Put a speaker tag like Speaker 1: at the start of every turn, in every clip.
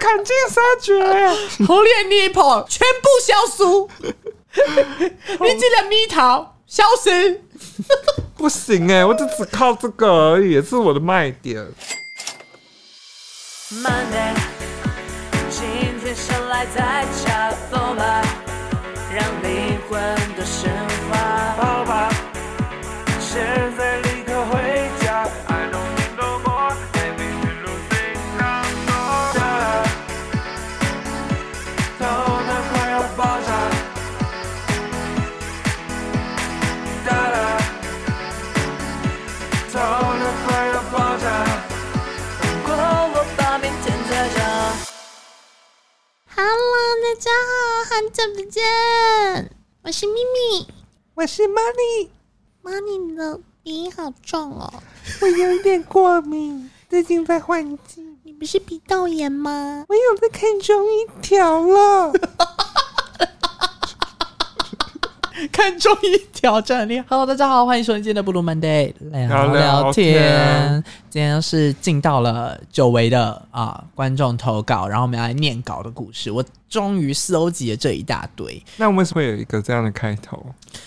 Speaker 1: 砍尽杀绝，
Speaker 2: 猴脸泥婆全部消失， 你这个蜜桃消失。
Speaker 1: 不行哎、我就只靠这个而已，也是我的卖点。
Speaker 3: Monday，今天生来在恰逢吧，让灵魂的升华。好吧，现在立刻回家。I don't need no more, baby, you don't think I'm normal。头脑快要爆炸。哒啦，头脑快要爆炸。如果我把明天再讲。
Speaker 4: Hello，大家好，好久不见，我是咪咪。
Speaker 1: 我是 Money，
Speaker 4: 妈，你的鼻音好重哦，
Speaker 1: 我有一点过敏，最近在换季，
Speaker 4: 你不是鼻窦炎吗？
Speaker 1: 我有在看中医调了。
Speaker 2: 看中医调战力。Hello，大家好，欢迎收听今天的布鲁 Monday 聊
Speaker 1: 聊
Speaker 2: 聊
Speaker 1: 天
Speaker 2: 天。今天是进到了久违的啊观众投稿，然后我们要来念稿的故事。我终于搜集了这一大堆。
Speaker 1: 那为什么有一个这样的开头？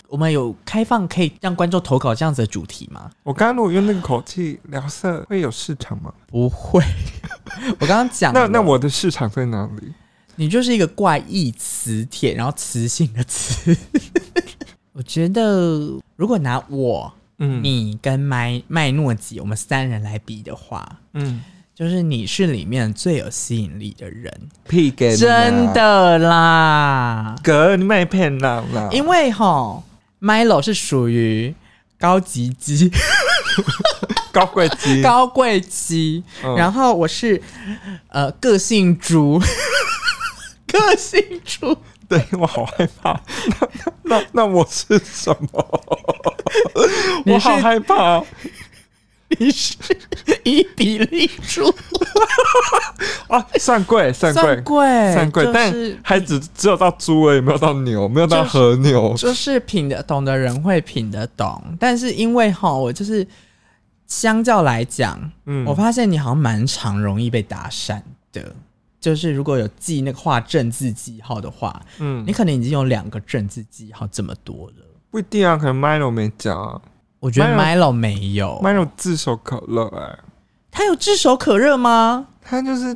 Speaker 2: 我们有开放可以让观众投稿这样子的主题吗？
Speaker 1: 我刚刚如果用那个口气聊色，会有市场吗？
Speaker 2: 不会， 我刚刚讲了
Speaker 1: 那那我的市场在哪里？
Speaker 2: 你就是一个怪异磁铁，然后磁性的磁。 我觉得如果拿我、
Speaker 1: 嗯
Speaker 2: 你跟麦麦诺吉我们三人来比的话，
Speaker 1: 嗯，
Speaker 2: 就是你是里面最有吸引力的人，
Speaker 1: 屁给啊
Speaker 2: 真的啦。
Speaker 1: 哥，你卖骗人啦！
Speaker 2: 因为吼 Milo 是属于高级鸡、
Speaker 1: 高贵鸡，
Speaker 2: 高贵鸡，
Speaker 1: 嗯
Speaker 2: 然后我是呃个性猪， 个性猪。
Speaker 1: 对我好害怕。 那那那我是什么？
Speaker 2: 你
Speaker 1: 我
Speaker 2: 是
Speaker 1: 好害怕哦，
Speaker 2: 你是 伊比利猪，
Speaker 1: 啊！上柜，上柜，
Speaker 2: 算贵，
Speaker 1: 上柜，
Speaker 2: 哎就
Speaker 1: 但
Speaker 2: 是
Speaker 1: 还只只有到猪而已，没有到牛，没有到
Speaker 2: 就是
Speaker 1: 和牛。
Speaker 2: 就是品得懂的人会品得懂，但是因为哈，我就是相较来讲，
Speaker 1: 嗯
Speaker 2: 我发现你好像蛮常容易被搭讪的，就是如果有记那个画正字记号的话，
Speaker 1: 嗯
Speaker 2: 你，可能已经有两个正字记号这么多了。
Speaker 1: 不一定啊，可能 Milo 没讲啊
Speaker 2: 我觉得
Speaker 1: Milo-
Speaker 2: Milo 没有，
Speaker 1: ，Milo 炙手可热哎、
Speaker 2: 他有炙手可热吗？
Speaker 1: 他就是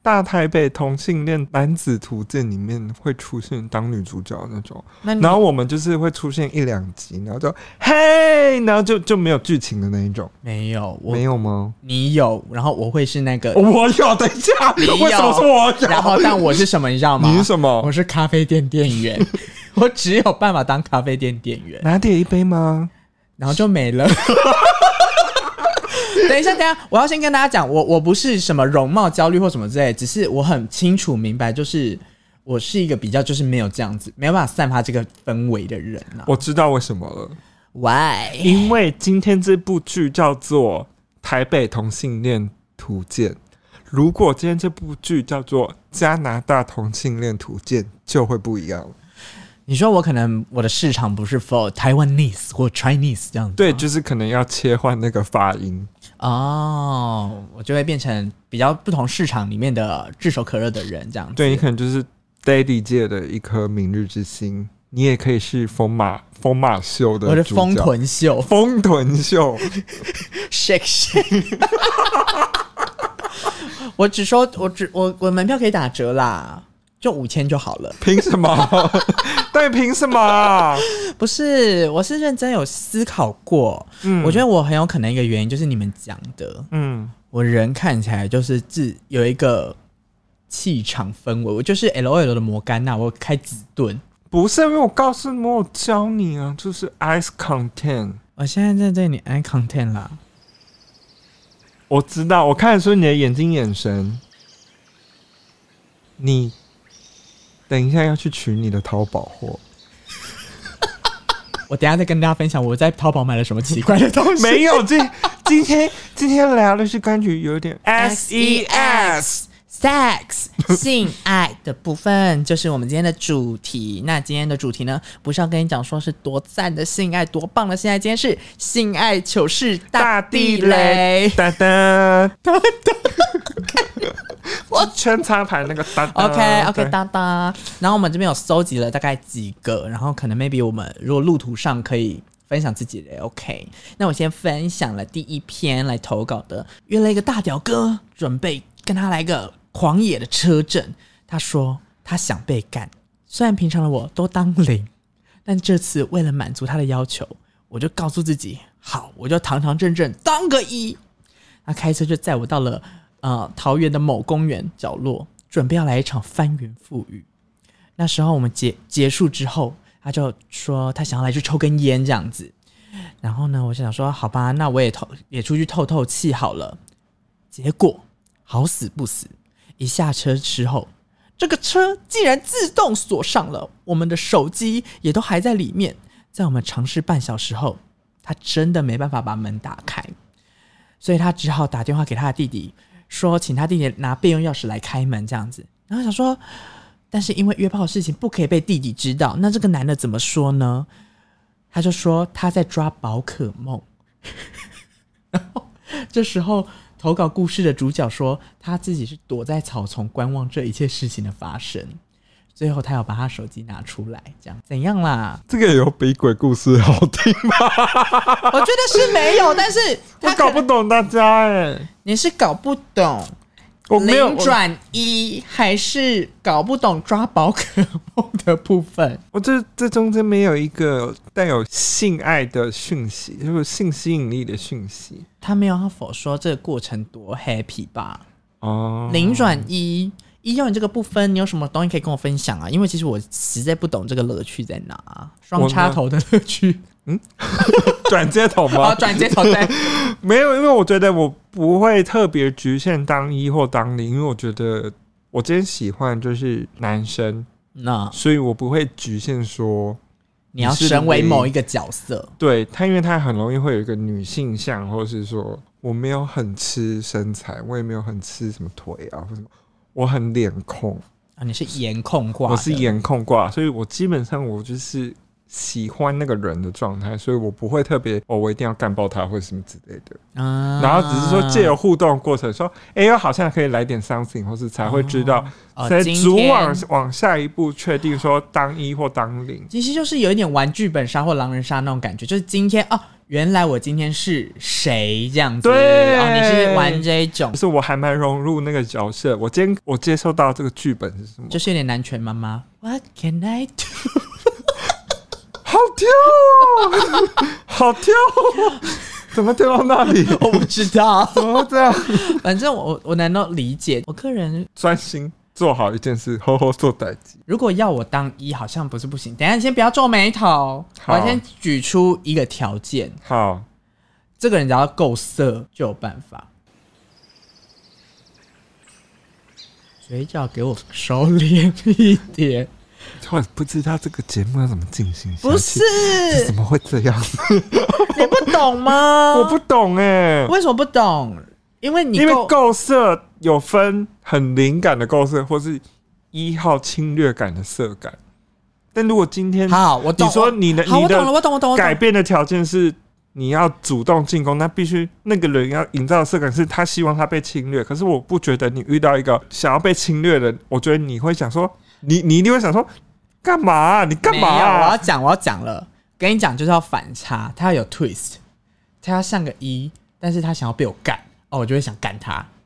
Speaker 1: 大台北同性恋男子图鉴里面会出现当女主角的那种，
Speaker 2: 那你
Speaker 1: 然后我们就是会出现一两集，然后就嘿，然后就就没有剧情的那一种，
Speaker 2: 没有，我
Speaker 1: 没有吗？
Speaker 2: 你有，然后我会是那个
Speaker 1: 我有，等一下，
Speaker 2: 你有
Speaker 1: 为什么是我
Speaker 2: 然后，
Speaker 1: 有？
Speaker 2: 但我是什么，你知道吗？
Speaker 1: 你是什么
Speaker 2: 我是咖啡店店 员，我只有办法当咖啡店店员，
Speaker 1: 拿铁一杯吗？
Speaker 2: 然后就没 了。等一下，等一下，我要先跟大家讲，我我不是什么容貌焦虑或什么之类，只是我很清楚明白，就是我是一个比较就是没有这样子，没有办法散发这个氛围的人啊。
Speaker 1: 我知道为什么了，
Speaker 2: Why？
Speaker 1: 因为今天这部剧叫做《台北同性恋图鉴》。如果今天这部剧叫做《加拿大同性恋图鉴》，就会不一样了。
Speaker 2: 你说我可能我的市场不是 for Taiwanese 或 Chinese 这样子吗，
Speaker 1: 对，就是可能要切换那个发音。
Speaker 2: 哦，我就会变成比较不同市场里面的炙手可热的人这样子。
Speaker 1: 对你可能就是 Daddy 界的一颗明日之星，你也可以是风马风马秀的
Speaker 2: 我的
Speaker 1: 主
Speaker 2: 丰
Speaker 1: 角
Speaker 2: 臀秀
Speaker 1: 丰臀秀。
Speaker 2: ，shake shake。我只说，我只我我门票可以打折啦，就五千就好了。
Speaker 1: 凭什 么？对，凭什么啊？
Speaker 2: 不是，我是认真有思考过，
Speaker 1: 嗯
Speaker 2: 我觉得我很有可能一个原因就是你们讲的，
Speaker 1: 嗯，
Speaker 2: 我人看起来就是自有一个气场氛围，我就是 L O L 的摩甘娜，我开紫盾。
Speaker 1: 不是，因为我告诉你，我教你啊，就是 ice content。
Speaker 2: 我现在在这里按 content 啦，
Speaker 1: 我知道，我看得出你的眼睛眼神。你等一下要去取你的淘宝货，
Speaker 2: 我等一下再跟大家分享我在淘宝买了什么奇怪的东 西。
Speaker 1: 没有，今今天今天聊的是柑橘，有点
Speaker 2: E
Speaker 1: E
Speaker 2: sex 性爱的部分就是我们今天的主题。那今天的主题呢，不是要跟你讲说是多赞的性爱，多棒的性爱，今天是性爱糗事大地雷。
Speaker 1: 哒哒，
Speaker 2: 我
Speaker 1: 我圈插牌那个哒哒
Speaker 2: OK OK，
Speaker 1: 对
Speaker 2: 哒哒。然后我们这边有搜集了大概几个，然后可能 maybe 我们如果路途上可以分享自己的 OK。那我先分享了第一篇来投稿的，约了一个大屌哥，准备跟他来个狂野的车震。他说他想被干，虽然平常的我都当零，但这次为了满足他的要求，我就告诉自己，好，我就堂堂正正当个一。他开车就载我到了呃桃园的某公园角落，准备要来一场翻云覆雨。那时候我们结结束之后，他就说他想要来去抽根烟这样子。然后呢，我就想说，好吧，那我也透也出去透透气好了。结果好死不死，一下车之后，这个车竟然自动锁上了，我们的手机也都还在里面。在我们尝试半小时后，他真的没办法把门打开。所以他只好打电话给他的弟弟，说请他弟弟拿备用钥匙来开门这样子。然后想说，但是因为约炮的事情不可以被弟弟知道，那这个男的怎么说呢？他就说他在抓宝可梦。 然后这时候投稿故事的主角说，他自己是躲在草丛观望这一切事情的发生。最后，他要把他手机拿出来，这样怎样啦？
Speaker 1: 这个有比鬼故事好听吗？
Speaker 2: 我觉得是没有，但是
Speaker 1: 我
Speaker 2: 他可
Speaker 1: 搞不懂大家哎、
Speaker 2: 你是搞不懂，
Speaker 1: 我没有
Speaker 2: 零转一还是搞不懂抓宝可梦的部分。
Speaker 1: 我哦这这中间没有一个带有性爱的讯息，就是性吸引力的讯息
Speaker 2: 他没有要否说这个过程多 happy 吧？
Speaker 1: 哦。
Speaker 2: 零转一，一用你这个部分，你有什么东西可以跟我分享啊？因为其实我实在不懂这个乐趣在哪啊，双插头的乐趣
Speaker 1: 转接头吗
Speaker 2: 啊，？转接头对，
Speaker 1: 没有，因为我觉得我不会特别局限当一或当零，因为我觉得我今天喜欢就是男生，
Speaker 2: 那
Speaker 1: 所以我不会局限说
Speaker 2: 你要身为某一个角色，
Speaker 1: 对他，因为他很容易会有一个女性向，或是说我没有很吃身材，我也没有很吃什么腿啊或什么，我很脸控。
Speaker 2: 啊，你是颜控挂的，
Speaker 1: 我是颜控挂，所以我基本上我就是喜欢那个人的状态，所以我不会特别哦，我一定要干爆他或者什么之类的。
Speaker 2: 啊，
Speaker 1: 然后只是说借由互动过程说，哎呦，好像可以来点 something，或是才会知道
Speaker 2: 哦
Speaker 1: 在
Speaker 2: 今
Speaker 1: 主
Speaker 2: 天
Speaker 1: 往往下一步确定说当一或当零。
Speaker 2: 其实就是有一点玩剧本杀或狼人杀那种感觉，就是今天哦，原来我今天是谁这样子，
Speaker 1: 对
Speaker 2: 哦，你是玩这一种
Speaker 1: 可，是我还蛮融入那个角色，我今天我接受到这个剧本是什么？
Speaker 2: 就是有点男权妈妈。What can I do？
Speaker 1: 好跳哦，好跳哦， 怎么跳到那里？
Speaker 2: 我不知 道，
Speaker 1: 怎么会这样？
Speaker 2: 反正我我难道理解？我个人
Speaker 1: 专心做好一件事，好好做代际。
Speaker 2: 如果要我当一，好像不是不行。等一下你先不要皱眉头，
Speaker 1: 好
Speaker 2: 我先举出一个条件，
Speaker 1: 好，
Speaker 2: 这个人只要够色就有办法。嘴角给我收敛一点，
Speaker 1: 突然不知道这个节目要怎么进行下去，
Speaker 2: 不是
Speaker 1: 这怎么会这样？
Speaker 2: 你不懂吗？
Speaker 1: 我不懂哎、
Speaker 2: 为什么不懂？因啊为你
Speaker 1: 因为
Speaker 2: 够
Speaker 1: 构色有分很灵感的构色，或是一号侵略感的色感。但如果今天
Speaker 2: 好，我懂。
Speaker 1: 你说
Speaker 2: 我
Speaker 1: 你的
Speaker 2: 好，
Speaker 1: 你
Speaker 2: 我懂了，
Speaker 1: 的
Speaker 2: 我懂，我懂，我
Speaker 1: 改
Speaker 2: 懂。
Speaker 1: 变的条件是你要主动进攻，那必须那个人要营造的色感是他希望他被侵略。可是我不觉得你遇到一个想要被侵略的人，我觉得你会想说，你你一定会想说，干嘛啊、你干嘛、
Speaker 2: 没有，我要
Speaker 1: 啊？
Speaker 2: 讲，我要讲了。跟你讲，就是要反差，他要有 twist，他要像个一，但是他想要被我干，哦，我就会想干他。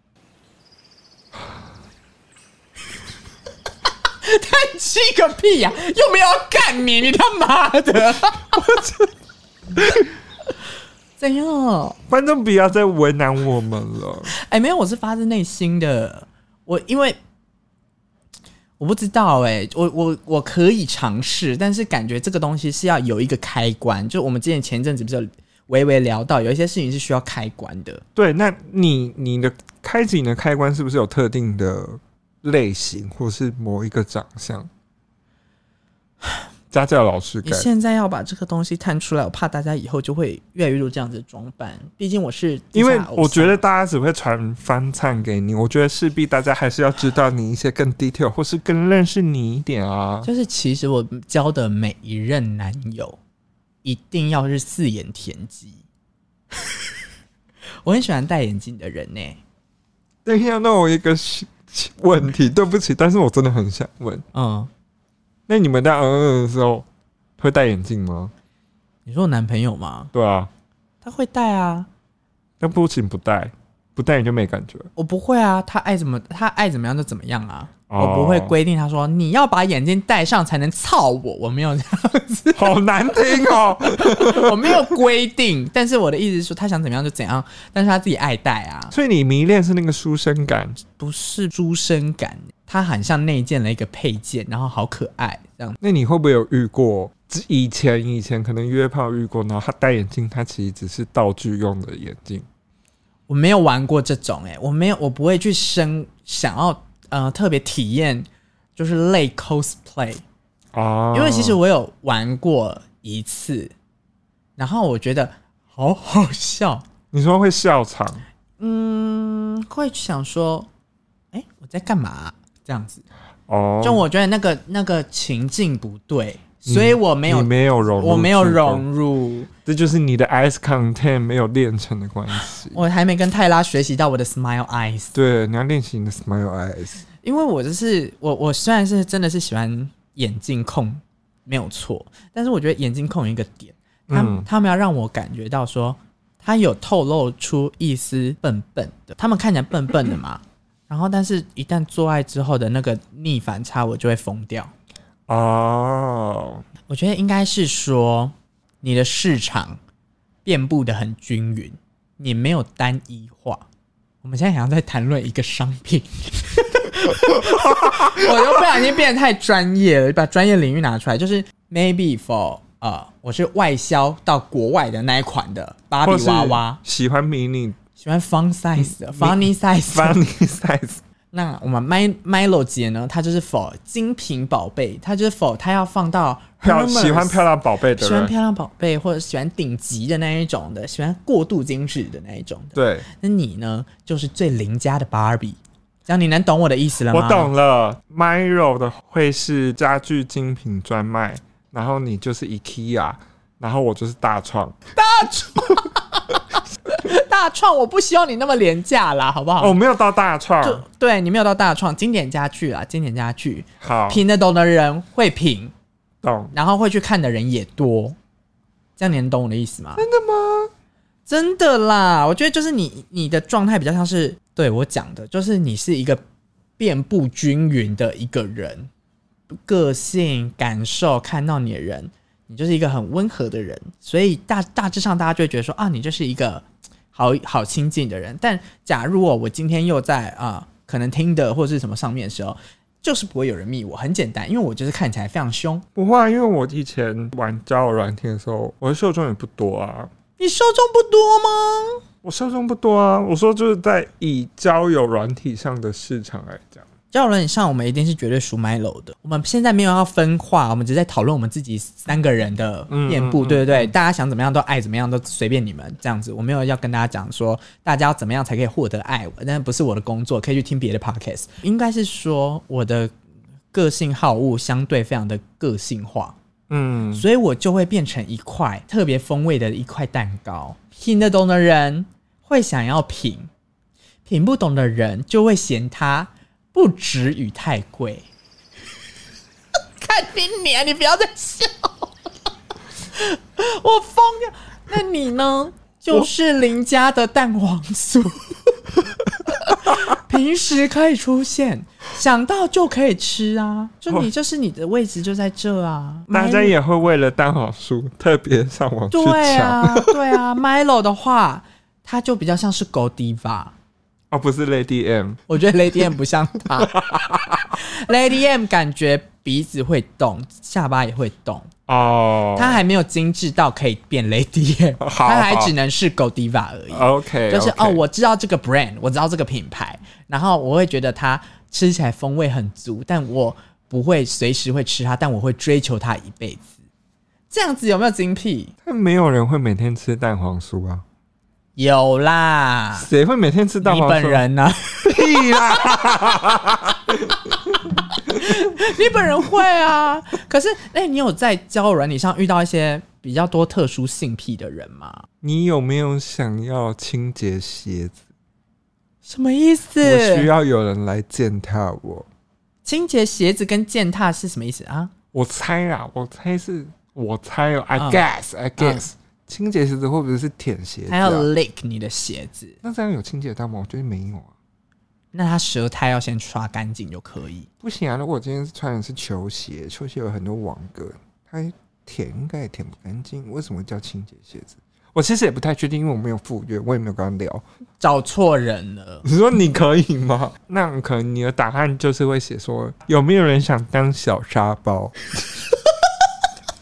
Speaker 2: 叹气个屁呀、又没有要干你，你他妈的！ 怎样？
Speaker 1: 观众不要再为难我们了。
Speaker 2: 哎、没有，我是发自内心的。我因为我不知道哎、我我我可以尝试，但是感觉这个东西是要有一个开关。就我们之前前一阵子不是有微微聊到，有一些事情是需要开关的。
Speaker 1: 对，那你你的开启你的开关是不是有特定的类型，或是某一个长相？家教老师
Speaker 2: 你
Speaker 1: 改
Speaker 2: 现在要把这个东西探出来，我怕大家以后就会越来越多这样子的装扮。毕啊竟我是地
Speaker 1: 因
Speaker 2: 下
Speaker 1: 为
Speaker 2: 偶
Speaker 1: 我
Speaker 2: 像
Speaker 1: 觉得大家只会传翻唱给你，我觉得势必大家还是要知道你一些更 detail，或是更认识你一点啊。
Speaker 2: 就是其实我交的每一任男友，一定要是四眼田鸡。 我很喜欢戴眼镜的人呢、
Speaker 1: 等一下，那我有一个小问题，对不起，但是我真的很想问，
Speaker 2: 嗯，
Speaker 1: 那你们在嗯嗯的时候会戴眼镜吗？
Speaker 2: 你说我男朋友吗？
Speaker 1: 对啊，
Speaker 2: 他会戴啊，
Speaker 1: 那不行不戴，不戴你就没感觉。
Speaker 2: 我不会啊，他爱怎么他爱怎么样就怎么样啊。
Speaker 1: 哦
Speaker 2: 我不会规定他说你要把眼镜戴上才能操我，我没有这样子，
Speaker 1: 好难听哦！
Speaker 2: 我没有规定。但是我的意思是说，他想怎么样就怎样，但是他自己爱戴啊，
Speaker 1: 所以你迷恋是那个书生感，
Speaker 2: 不是猪身感，他很像内建了一个配件，然后好可爱这样。
Speaker 1: 那你会不会有遇过？以前以前可能约炮遇过，然后他戴眼镜，他其实只是道具用的眼镜。
Speaker 2: 我没有玩过这种、欸，我没有，我不会去深想要呃特别体验，就是类 cosplay。
Speaker 1: 哦，
Speaker 2: 因为其实我有玩过一次，然后我觉得好好笑，
Speaker 1: 你说会笑场，
Speaker 2: 嗯，会想说，哎、我在干嘛啊、这样子，
Speaker 1: 哦，
Speaker 2: 就我觉得那个那个情境不对，所以我没有，
Speaker 1: 你没有融入，
Speaker 2: 我没有融，入，
Speaker 1: 这就是你的 eyes content 没有练成的关系。
Speaker 2: 我还没跟泰拉学习到我的 smile eyes，
Speaker 1: 对，你要练习你的 smile eyes。
Speaker 2: 因为我就是我，我虽然是真的是喜欢眼镜控，没有错，但是我觉得眼镜控有一个点，他们、
Speaker 1: 嗯
Speaker 2: 他们要让我感觉到说，他有透露出一丝笨笨的，他们看起来笨笨的嘛，然后但是一旦做爱之后的那个逆反差，我就会疯掉。
Speaker 1: 哦，
Speaker 2: 我觉得应该是说，你的市场遍布的很均匀，你没有单一化。我们现在好像在谈论一个商品， 我又不小心变得太专业了，把专业领域拿出来，就是 maybe for 呃，我是外销到国外的那一款的芭
Speaker 1: 或
Speaker 2: 比
Speaker 1: 是
Speaker 2: 娃娃，
Speaker 1: 喜欢迷你
Speaker 2: 喜欢 fun size 的 funny size 的
Speaker 1: funny size，
Speaker 2: 那我们 My Milo 姐呢，她就是否精品宝贝，她就是否她要放到
Speaker 1: 漂
Speaker 2: Hermes
Speaker 1: 喜欢漂亮宝贝的
Speaker 2: 喜欢
Speaker 1: 人，
Speaker 2: 漂亮宝贝或者喜欢顶级的那一种的，喜欢过度精致的那一种的。
Speaker 1: 对
Speaker 2: 那你呢，就是最邻家的芭比。这样你能懂我的意思了吗？
Speaker 1: 我懂。了。Myro 的会是家具精品专卖，然后你就是 IKEA，然后我就是大创。
Speaker 2: 大创，我不希望你那么廉价啦，好不好？
Speaker 1: 哦，没有到大
Speaker 2: 就
Speaker 1: 创，
Speaker 2: 对你没有到大创，经典家具啊啦，经典家具，
Speaker 1: 好
Speaker 2: 品得懂的人会品，
Speaker 1: 懂。
Speaker 2: 然后会去看的人也多。这样你能懂我的意思吗？真的吗？真的啦，我觉得就是你你的状态比较像是对我讲的，就是你是一个遍布均匀的一个人，个性、感受、看到你的人，你就是一个很温和的人，所以大大致上大家就会觉得说啊，你就是一个好好亲近的人。但假如哦，我今天又在啊、可能听的或者是什么上面的时候，就是不会有人密我，很简单，因为我就是看起来非常凶。
Speaker 1: 不会啊，因为我以前玩交友软件的时候，我的受众也不多啊。
Speaker 2: 你受众不多吗？
Speaker 1: 我受众不多啊，我说就是在以交友软体上的市场来讲，
Speaker 2: 教人以上，我们一定是绝对数 Milo 的。我们现在没有要分化，我们只是在讨论我们自己三个人的遍
Speaker 1: 嗯
Speaker 2: 布，
Speaker 1: 嗯嗯
Speaker 2: 对不对？大家想怎么样都爱怎么样都随便你们这样子。我没有要跟大家讲说大家要怎么样才可以获得爱，但不是我的工作，可以去听别的 podcast。应该是说我的个性好恶相对非常的个性化，
Speaker 1: 嗯，
Speaker 2: 所以我就会变成一块特别风味的一块蛋糕。品得懂的人会想要品，品不懂的人就会嫌它不值与太贵。看你脸，你不要再笑，我疯掉。那你呢？就是邻家的蛋黄酥， 平时可以出现，想到就可以吃啊。就你，就是你的位置就在这啊。
Speaker 1: 大家也会为了蛋黄酥特别上网去
Speaker 2: 对
Speaker 1: 抢、
Speaker 2: 啊，对啊，Milo 的话，他就比较像是狗 diva。
Speaker 1: 哦，不是 Lady M，
Speaker 2: 我觉得 Lady M 不像他，Lady M 感觉鼻子会动，下巴也会动，
Speaker 1: 哦，
Speaker 2: 他还没有精致到可以变 Lady M，
Speaker 1: 好
Speaker 2: 他还
Speaker 1: 好
Speaker 2: 只能是狗 diva 而已。
Speaker 1: OK，
Speaker 2: 就是
Speaker 1: OK
Speaker 2: 哦，我知道这个 brand，我知道这个品牌，然后我会觉得它吃起来风味很足，但我不会随时会吃它，但我会追求它一辈子。这样子有没有精辟？
Speaker 1: 但没有人会每天吃蛋黄酥啊，
Speaker 2: 有啦，
Speaker 1: 谁会每天吃蛋
Speaker 2: 啊你
Speaker 1: 黄酥？
Speaker 2: 本人呢、
Speaker 1: 屁啦！
Speaker 2: 你本人会啊。可是，哎、你有在交友软体上遇到一些比较多特殊性癖的人吗？
Speaker 1: 你有没有想要清洁鞋子？
Speaker 2: 什么意思？
Speaker 1: 我需要有人来践踏我。
Speaker 2: 清洁鞋子跟践踏是什么意思啊？
Speaker 1: 我猜啊，我猜是，我猜哦，I
Speaker 2: 嗯
Speaker 1: guess，I guess，清洁鞋子会不会是舔鞋子、
Speaker 2: 他
Speaker 1: 啊
Speaker 2: 要？lick 你的鞋子，
Speaker 1: 那这样有清洁到吗？我觉得没有啊，
Speaker 2: 那他舌苔要先刷干净就可以。
Speaker 1: 不行啊！如果我今天穿的是球鞋，球鞋有很多网格，它舔应该也舔不干净，为什么叫清洁鞋子？我其实也不太确定，因为我没有赴约，我也没有跟他聊。
Speaker 2: 找错人了，
Speaker 1: 你说你可以吗？那可能你的答案就是会写说，有没有人想当小沙包？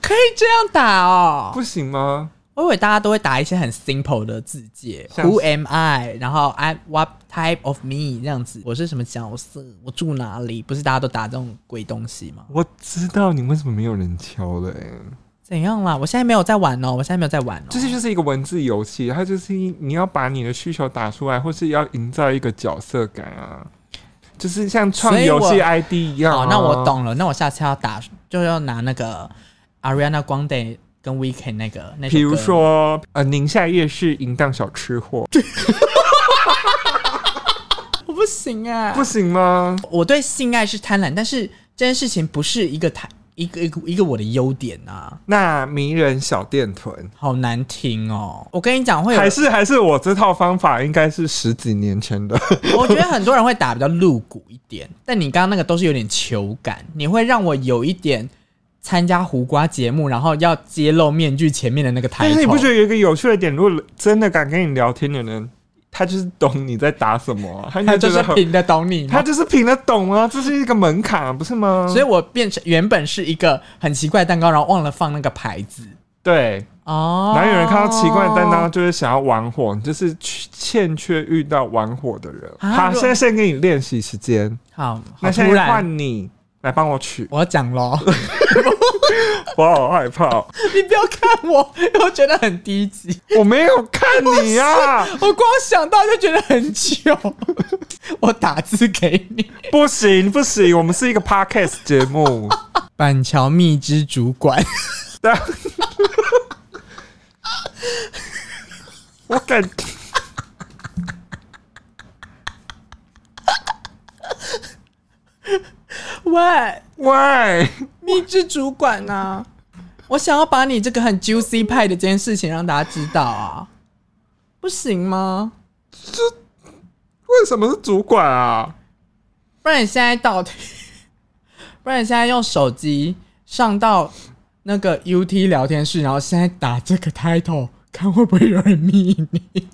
Speaker 2: 可以这样打哦。
Speaker 1: 不行吗？
Speaker 2: 我以为大家都会打一些很 simple 的字界
Speaker 1: 像是
Speaker 2: ，Who am I？然后 I What type of me？这样子，我是什么角色？我住哪里？不是大家都打这种鬼东西吗？
Speaker 1: 我知道你为什么没有人敲了、欸，
Speaker 2: 怎样啦？我现在没有在玩哦，我现在没有在玩哦。
Speaker 1: 这些就是一个文字游戏，它就是一你要把你的需求打出来，或是要营造一个角色感啊，就是像创游
Speaker 2: 所以
Speaker 1: 戏
Speaker 2: 我哦
Speaker 1: ID 一样、啊
Speaker 2: 好，那我。懂了，那我下次要打就要拿那个 Ariana Grande 跟 Weekend 那个那首歌
Speaker 1: 比如说，呃，宁夏夜市淫荡小吃货，
Speaker 2: 我不行啊，
Speaker 1: 不行吗？
Speaker 2: 我对性爱是贪婪，但是这件事情不是一个贪一个一个一个我的优点啊，
Speaker 1: 那迷人小电臀，
Speaker 2: 好难听哦。我跟你讲，会有
Speaker 1: 还是还是我这套方法应该是十几年前的。
Speaker 2: 我觉得很多人会打比较露骨一点，但你刚刚那个都是有点球感，你会让我有一点参加胡瓜节目，然后要揭露面具前面的那个抬头。
Speaker 1: 但是你不觉得有一个有趣的点？如果真的敢跟你聊天的人，他就是懂你在打什么 啊、他应
Speaker 2: 他
Speaker 1: 该
Speaker 2: 就
Speaker 1: 觉
Speaker 2: 是
Speaker 1: 得很
Speaker 2: 品得懂你吗，
Speaker 1: 他就是品得懂啊，这是一个门槛、啊，不是吗？
Speaker 2: 所以我变成原本是一个很奇怪的蛋糕，然后忘了放那个牌子
Speaker 1: 对，
Speaker 2: 哦。
Speaker 1: 然后有人看到奇怪的担当，就是想要玩火，你就是缺欠缺遇到玩火的人。
Speaker 2: 啊
Speaker 1: 好，
Speaker 2: 如果
Speaker 1: 现在先给你练习时间，
Speaker 2: 好，好
Speaker 1: 那
Speaker 2: 突
Speaker 1: 现在
Speaker 2: 然
Speaker 1: 换你来帮我取，
Speaker 2: 我要讲喽，
Speaker 1: 我好害怕哦，
Speaker 2: 你不要看我，我觉得很低级，
Speaker 1: 我没有看你 啊，
Speaker 2: 我光想到就觉得很糗。 我打字给你，
Speaker 1: 不行不行，我们是一个 podcast 节目，
Speaker 2: 板桥蜜汁主管。
Speaker 1: 但我感
Speaker 2: 喂，
Speaker 1: 喂，
Speaker 2: 蜜汁主管呐、我想要把你这个很 juicy 派的这件事情让大家知道啊，不行吗？
Speaker 1: 为什么是主管啊？
Speaker 2: 不然你现在到，不然你现在用手机上到那个 UT 聊天室，然后现在打这个 title，看会不会有人密你？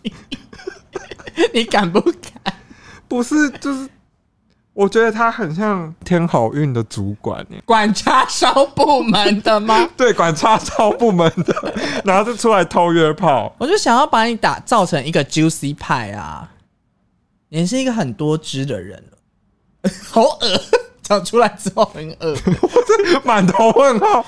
Speaker 2: 你敢不敢？
Speaker 1: 不是，就是我觉得他很像天好运的主管耶
Speaker 2: 管叉烧部门的吗？
Speaker 1: 对，管叉烧部门的， 然后就出来偷约炮。
Speaker 2: 我就想要把你打造成一个 juicy 派啊！你是一个很多汁的人了，好恶，讲出来之后很恶。
Speaker 1: 满头问号。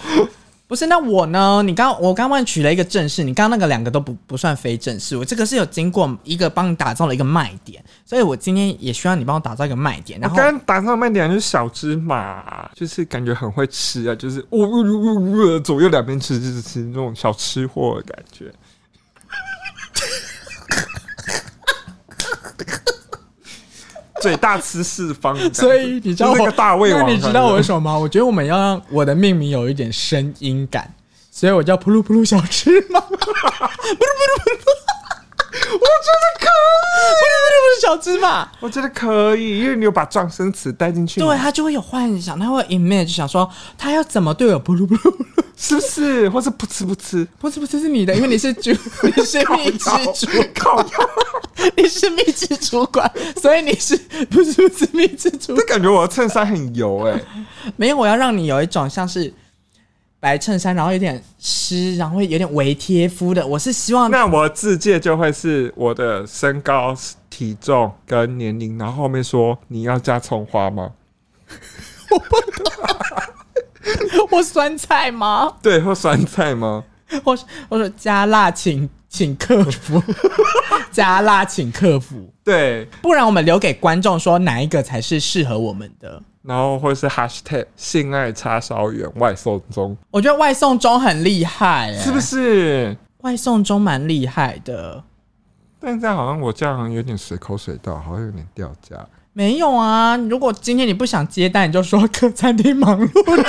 Speaker 2: 不是，那我呢？你刚我刚刚取了一个正式，你刚刚那个两个都不不算非正式。我这个是有经过一个帮你打造了一个卖点，所以我今天也需要你帮我打造一个卖点。
Speaker 1: 我
Speaker 2: 然
Speaker 1: 刚
Speaker 2: 后
Speaker 1: 刚打上卖点就是小芝麻，就是感觉很会吃啊，就是呜呜呜呜，左右两边吃吃吃，那种小吃货的感觉。嘴大吃四方的感觉，
Speaker 2: 所以你知道
Speaker 1: 就是那
Speaker 2: 我
Speaker 1: 个大胃
Speaker 2: 那
Speaker 1: 王，
Speaker 2: 你知道我为什么吗？我觉得我们要让我的命名有一点声音感，所以我叫噗噜噗噜小芝 麻，噗噜噗噜噗噜，我觉得可以，噗噜噗噜噗噜小芝麻。
Speaker 1: 我觉得可以，因为你有把撞声词带进去，
Speaker 2: 对，他就会有幻想，他会有 image 想说他要怎么对我噗噜噗噜噗噜，
Speaker 1: 是不是？或是噗嗤噗嗤，
Speaker 2: 不是不是是你的，因为 你是主，你是蜜汁主，
Speaker 1: 靠腰，
Speaker 2: 你是蜜汁主管，所以你是不是不是蜜汁主
Speaker 1: 这？感觉我的衬衫很油哎、
Speaker 2: 没有，我要让你有一种像是白衬衫，然后有点湿，然后会有点微贴肤的。我是希望
Speaker 1: 那我自介就会是我的身高、体重跟年龄，然后后面说你要加葱花吗？
Speaker 2: 我酸菜吗？
Speaker 1: 对，或酸菜吗？
Speaker 2: 我我说加辣请请客 服，加辣请客服，
Speaker 1: 对，
Speaker 2: 不然我们留给观众说哪一个才是适合我们的。
Speaker 1: 然后或是 hashtag 性爱叉烧远外送中，
Speaker 2: 我觉得外送中很厉害、欸，
Speaker 1: 是不？是？
Speaker 2: 外送中蛮厉害的，
Speaker 1: 但是这样好像我这样有点随口水到，好像有点掉价。
Speaker 2: 没有啊，如果今天你不想接待，你就说客餐厅忙碌 中。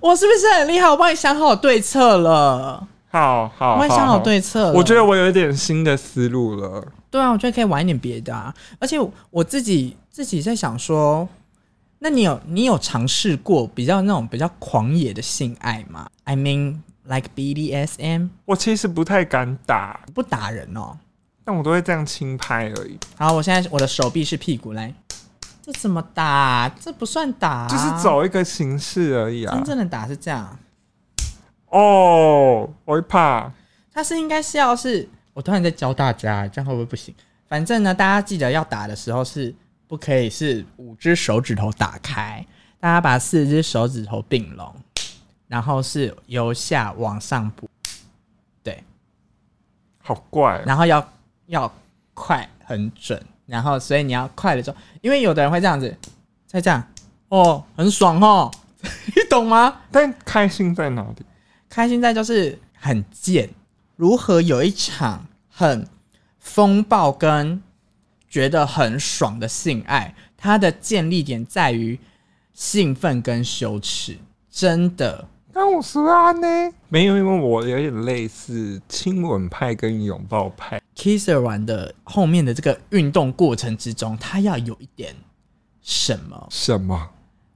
Speaker 2: 我是不是很厉害？我帮你想好对策了，
Speaker 1: 好好，
Speaker 2: 我帮你想好对策了。
Speaker 1: 我觉得我有一点新的思路了。
Speaker 2: 对啊，我觉得可以玩一点别的啊。而且我自己自己在想说，那你有你有尝试过比较那种比较狂野的性爱吗？I mean like BDSM，
Speaker 1: 我其实不太敢打，
Speaker 2: 不打人哦。
Speaker 1: 但我都会这样轻拍而已，
Speaker 2: 好，我现在我的手臂是屁股来，这怎么打啊？这不算打啊、
Speaker 1: 就是走一个形式而已啊
Speaker 2: 真。正的打是这样，
Speaker 1: 哦，我会怕。
Speaker 2: 它是应该是要是我突然在教大家，这样会不会不行？反正呢，大家记得要打的时候是不可以是五只手指头打开，大家把四只手指头并拢，然后是由下往上拨，对，
Speaker 1: 好怪哦，
Speaker 2: 然后要要快很准，然后所以你要快的时候，因为有的人会这样子，再这样，哦，很爽哦， 你懂吗？
Speaker 1: 但开心在哪里？
Speaker 2: 开心在就是很贱，如何有一场很风暴跟觉得很爽的性爱，它的建立点在于兴奋跟羞耻，真的。
Speaker 1: 但我是啊呢，没有，因为我有点类似亲吻派跟拥抱派，
Speaker 2: Kisser 玩的后面的这个运动过程之中，它要有一点什么？
Speaker 1: 什么？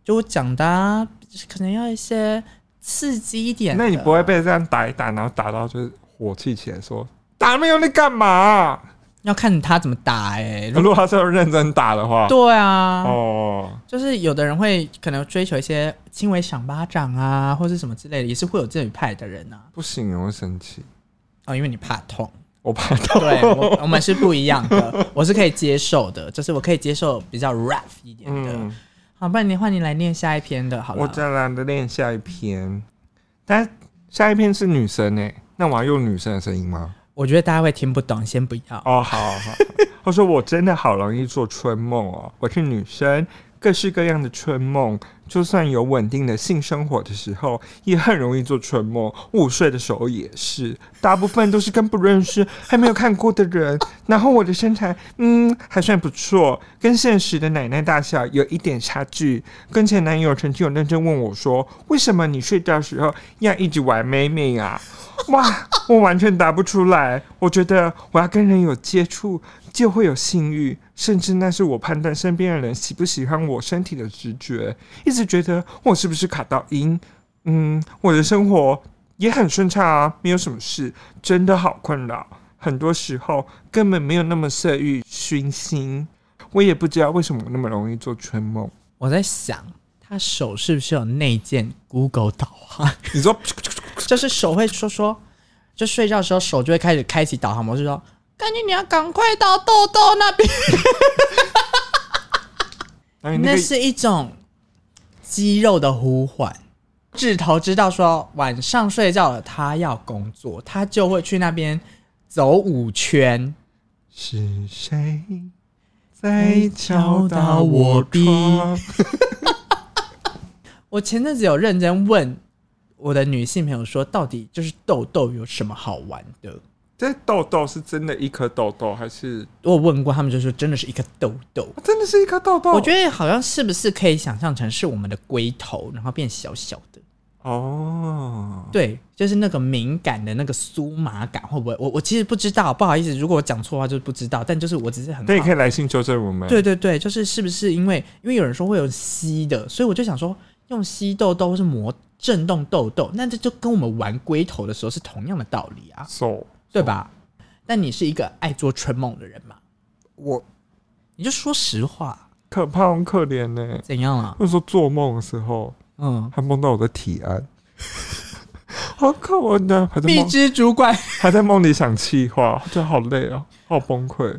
Speaker 2: 就我讲的、啊，可能要一些刺激一点的。
Speaker 1: 那你不会被这样打一打，然后打到就是火气起来说打没有你干嘛、
Speaker 2: 要看他怎么打哎、
Speaker 1: 如果他是要认真打的话，
Speaker 2: 对啊，
Speaker 1: 哦，
Speaker 2: 就是有的人会可能追求一些轻微赏巴掌啊，或是什么之类的，也是会有这一派的人啊。
Speaker 1: 不行，我会生气，
Speaker 2: 哦，因为你怕痛，
Speaker 1: 我怕痛。
Speaker 2: 对我我们是不一样的， 我是可以接受的，就是我可以接受比较 rough 一点的。
Speaker 1: 嗯，
Speaker 2: 好，不然你换你来念下一篇的，好
Speaker 1: 我
Speaker 2: 了。
Speaker 1: 再来练下一篇，但下一篇是女生诶、那我要用女生的声音吗？
Speaker 2: 我觉得大家会听不懂，先不要。
Speaker 1: 哦，好好 好。他说我真的好容易做春梦哦，我是女生，各式各样的春梦，就算有稳定的性生活的时候，也很容易做春梦，午睡的时候也是，大部分都是跟不认识、还没有看过的人。然后我的身材，嗯，还算不错，跟现实的奶奶大小有一点差距。跟前男友曾经有认真问我说，为什么你睡觉的时候要一直玩妹妹啊？哇，我完全答不出来。我觉得我要跟人有接触，就会有性欲，甚至那是我判断身边的人喜不喜欢我身体的直觉。一直觉得我是不是卡到音？嗯，我的生活也很顺畅啊，没有什么事，真的好困扰。很多时候根本没有那么色欲熏心，我也不知道为什么我那么容易做春梦。
Speaker 2: 我在想，他手是不是有内建 Google 导航？
Speaker 1: 你说，
Speaker 2: 就是手会说说，就睡觉的时候手就会开始开启导航模式，说：“赶紧你要赶快到豆豆那边。”
Speaker 1: 哎，那
Speaker 2: 那
Speaker 1: 个
Speaker 2: 是一种肌肉的呼唤。指头知道说晚上睡觉了，他要工作，他就会去那边走五圈，
Speaker 1: 是谁在敲打我窗？
Speaker 2: 我前阵子有认真问我的女性朋友说，到底就是痘痘有什么好玩的？
Speaker 1: 这痘痘是真的一颗痘痘，还是
Speaker 2: 我有问过他们，就说真的是一个痘痘。
Speaker 1: 啊真的是一颗痘痘？
Speaker 2: 我觉得好像是不是可以想象成是我们的龟头，然后变小小的。
Speaker 1: 得哦，
Speaker 2: 对，就是那个敏感的那个酥麻感，会不会？我我其实不知道，不好意思，如果我讲错话就是不知道，但就是我只是很
Speaker 1: 但你
Speaker 2: 好
Speaker 1: 可以来信纠正我们。
Speaker 2: 对，对对，就是是不是因为因为有人说会有吸的，所以我就想说用吸痘痘或是磨震动痘痘，那这就跟我们玩龟头的时候是同样的道理啊，
Speaker 1: 手
Speaker 2: 对吧？但你是一个爱做春梦的人嘛，
Speaker 1: 我
Speaker 2: 你就说实话，
Speaker 1: 可怕，很可怜呢、
Speaker 2: 怎样啊？
Speaker 1: 那时候做梦的时候，
Speaker 2: 嗯，
Speaker 1: 还梦到我的体 安，好可怜的，还在
Speaker 2: 蜜
Speaker 1: 梦
Speaker 2: 汁主管，
Speaker 1: 还在梦里想气话，觉得好累哦，好崩溃。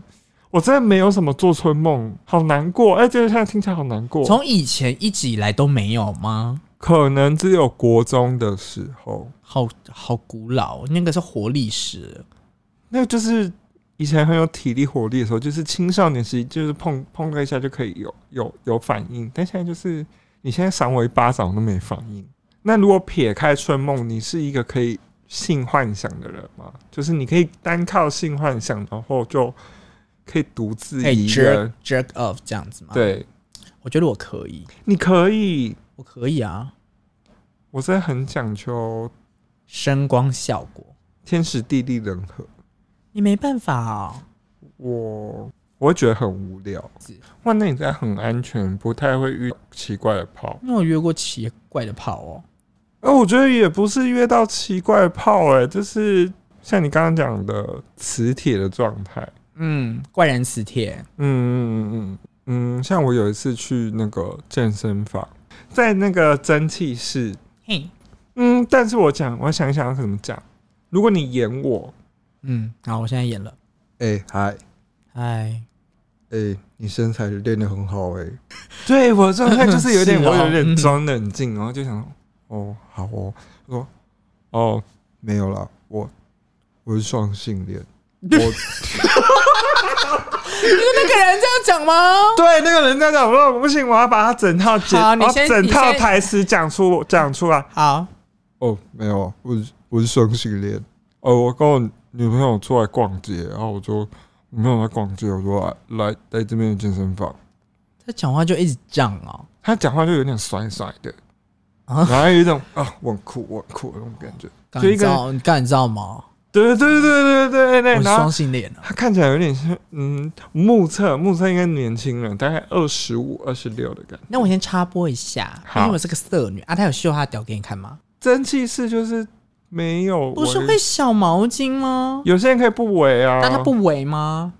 Speaker 1: 我真的没有什么做春梦，好难过。哎、这个现在听起来好难过。
Speaker 2: 从以前一直以来都没有吗？
Speaker 1: 可能只有国中的时候，
Speaker 2: 好好古老，那个是活历史了。
Speaker 1: 那就是以前很有体力活力的时候，就是青少年时期，就是碰碰到一下就可以有有有反应，但现在就是你现在赏我一巴掌我都没反应。那如果撇开春梦，你是一个可以性幻想的人吗？就是你可以单靠性幻想，然后就可以独自
Speaker 2: 可以
Speaker 1: 一
Speaker 2: jerk
Speaker 1: 人。
Speaker 2: jerk off 这样子吗？，
Speaker 1: 对，
Speaker 2: 我觉得我可以，
Speaker 1: 你可以，
Speaker 2: 我可以啊，
Speaker 1: 我真的很讲究
Speaker 2: 声光效果，
Speaker 1: 天时地利人和。
Speaker 2: 你没办法哦。
Speaker 1: 我我会觉得很无聊
Speaker 2: 是。
Speaker 1: 哇，那你在很安全，不太会遇奇怪的炮。
Speaker 2: 因为我约过奇怪的炮哦，
Speaker 1: 哎、我觉得也不是约到奇怪的炮、哎，就是像你刚刚讲的磁铁的状态。
Speaker 2: 嗯，怪人磁铁，
Speaker 1: 嗯嗯嗯嗯嗯，像我有一次去那个健身房，在那个蒸汽室，
Speaker 2: 嘿，
Speaker 1: 嗯，但是我讲，我想一想要怎么讲。如果你演我，
Speaker 2: 嗯，好，我现在演了，
Speaker 1: 哎、嗨，
Speaker 2: 哎，
Speaker 1: 哎、你身材练得很好、哎，对我状态就是 有点，
Speaker 2: 是哦
Speaker 1: 我有点装冷静，然后就想，哦，好哦，我说，哦，没有啦，我我是双性 恋，我
Speaker 2: 那个人这样讲吗？
Speaker 1: 对，那个人在讲，我说不行，我要把他整套解，
Speaker 2: 好
Speaker 1: 我
Speaker 2: 你
Speaker 1: 要
Speaker 2: 先
Speaker 1: 整
Speaker 2: 你
Speaker 1: 套
Speaker 2: 先
Speaker 1: 台词讲出讲出来。
Speaker 2: 好，
Speaker 5: 哦，没有啊，我是我是双性恋。哦，我跟我女朋友出来逛街，然后我就女朋友在逛街，我说啊来来来这边的健身房，
Speaker 2: 他讲话就一直这样哦，
Speaker 5: 她讲话就有点甩甩的，
Speaker 2: 啊
Speaker 5: 然后有一种啊我很酷我很酷的那种感觉。
Speaker 2: 刚
Speaker 1: 就
Speaker 2: 你
Speaker 1: 一
Speaker 2: 知
Speaker 1: 个
Speaker 2: 道，你刚你知道吗？
Speaker 1: 对对对对对对
Speaker 2: 我，
Speaker 1: 然后
Speaker 2: 双性恋啊，
Speaker 1: 他看起来有点像，嗯，目测目测应该年轻人，大概二十五、二十六的感觉。
Speaker 2: 那我先插播一下，
Speaker 1: 好
Speaker 2: 因为我是个色女啊，她有秀她的屌给你看吗？
Speaker 1: 蒸汽室就是没有围，
Speaker 2: 不是会小毛巾吗？
Speaker 1: 有些人可以不围啊，
Speaker 2: 但她不围吗？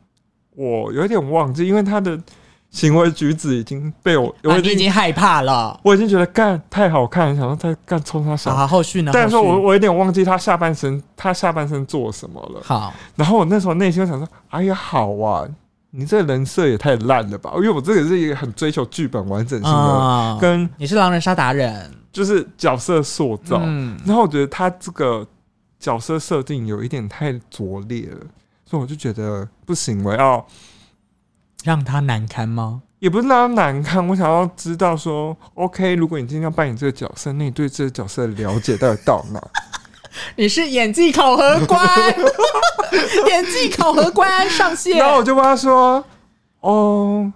Speaker 1: 我有点忘记，因为他的行为举止已经被我，
Speaker 2: 啊，
Speaker 1: 我
Speaker 2: 你已经害怕了。
Speaker 1: 我已经觉得干太好看，想要再干冲他
Speaker 2: 好
Speaker 1: 小。
Speaker 2: 好，后续呢？
Speaker 1: 但是
Speaker 2: 后续
Speaker 1: 我我有点忘记他下半身，他下半身做什么了。
Speaker 2: 好，
Speaker 1: 然后我那时候内心就想说：“哎呀，好啊，你这人设也太烂了吧！”因为我这个是一个很追求剧本完整性的，
Speaker 2: 嗯，
Speaker 1: 跟
Speaker 2: 你是狼人杀达人，
Speaker 1: 就是角色塑造。
Speaker 2: 嗯，
Speaker 1: 然后我觉得他这个角色设定有一点太拙劣了，所以我就觉得不行，我要
Speaker 2: 让他难堪吗？
Speaker 1: 也不是让他难看，我想要知道说，OK，如果你今天要扮演这个角色，那你对这个角色的了解到底到哪？
Speaker 2: 你是演技考核官，演技考核官上 线。
Speaker 1: 然后我就问他说：“哦，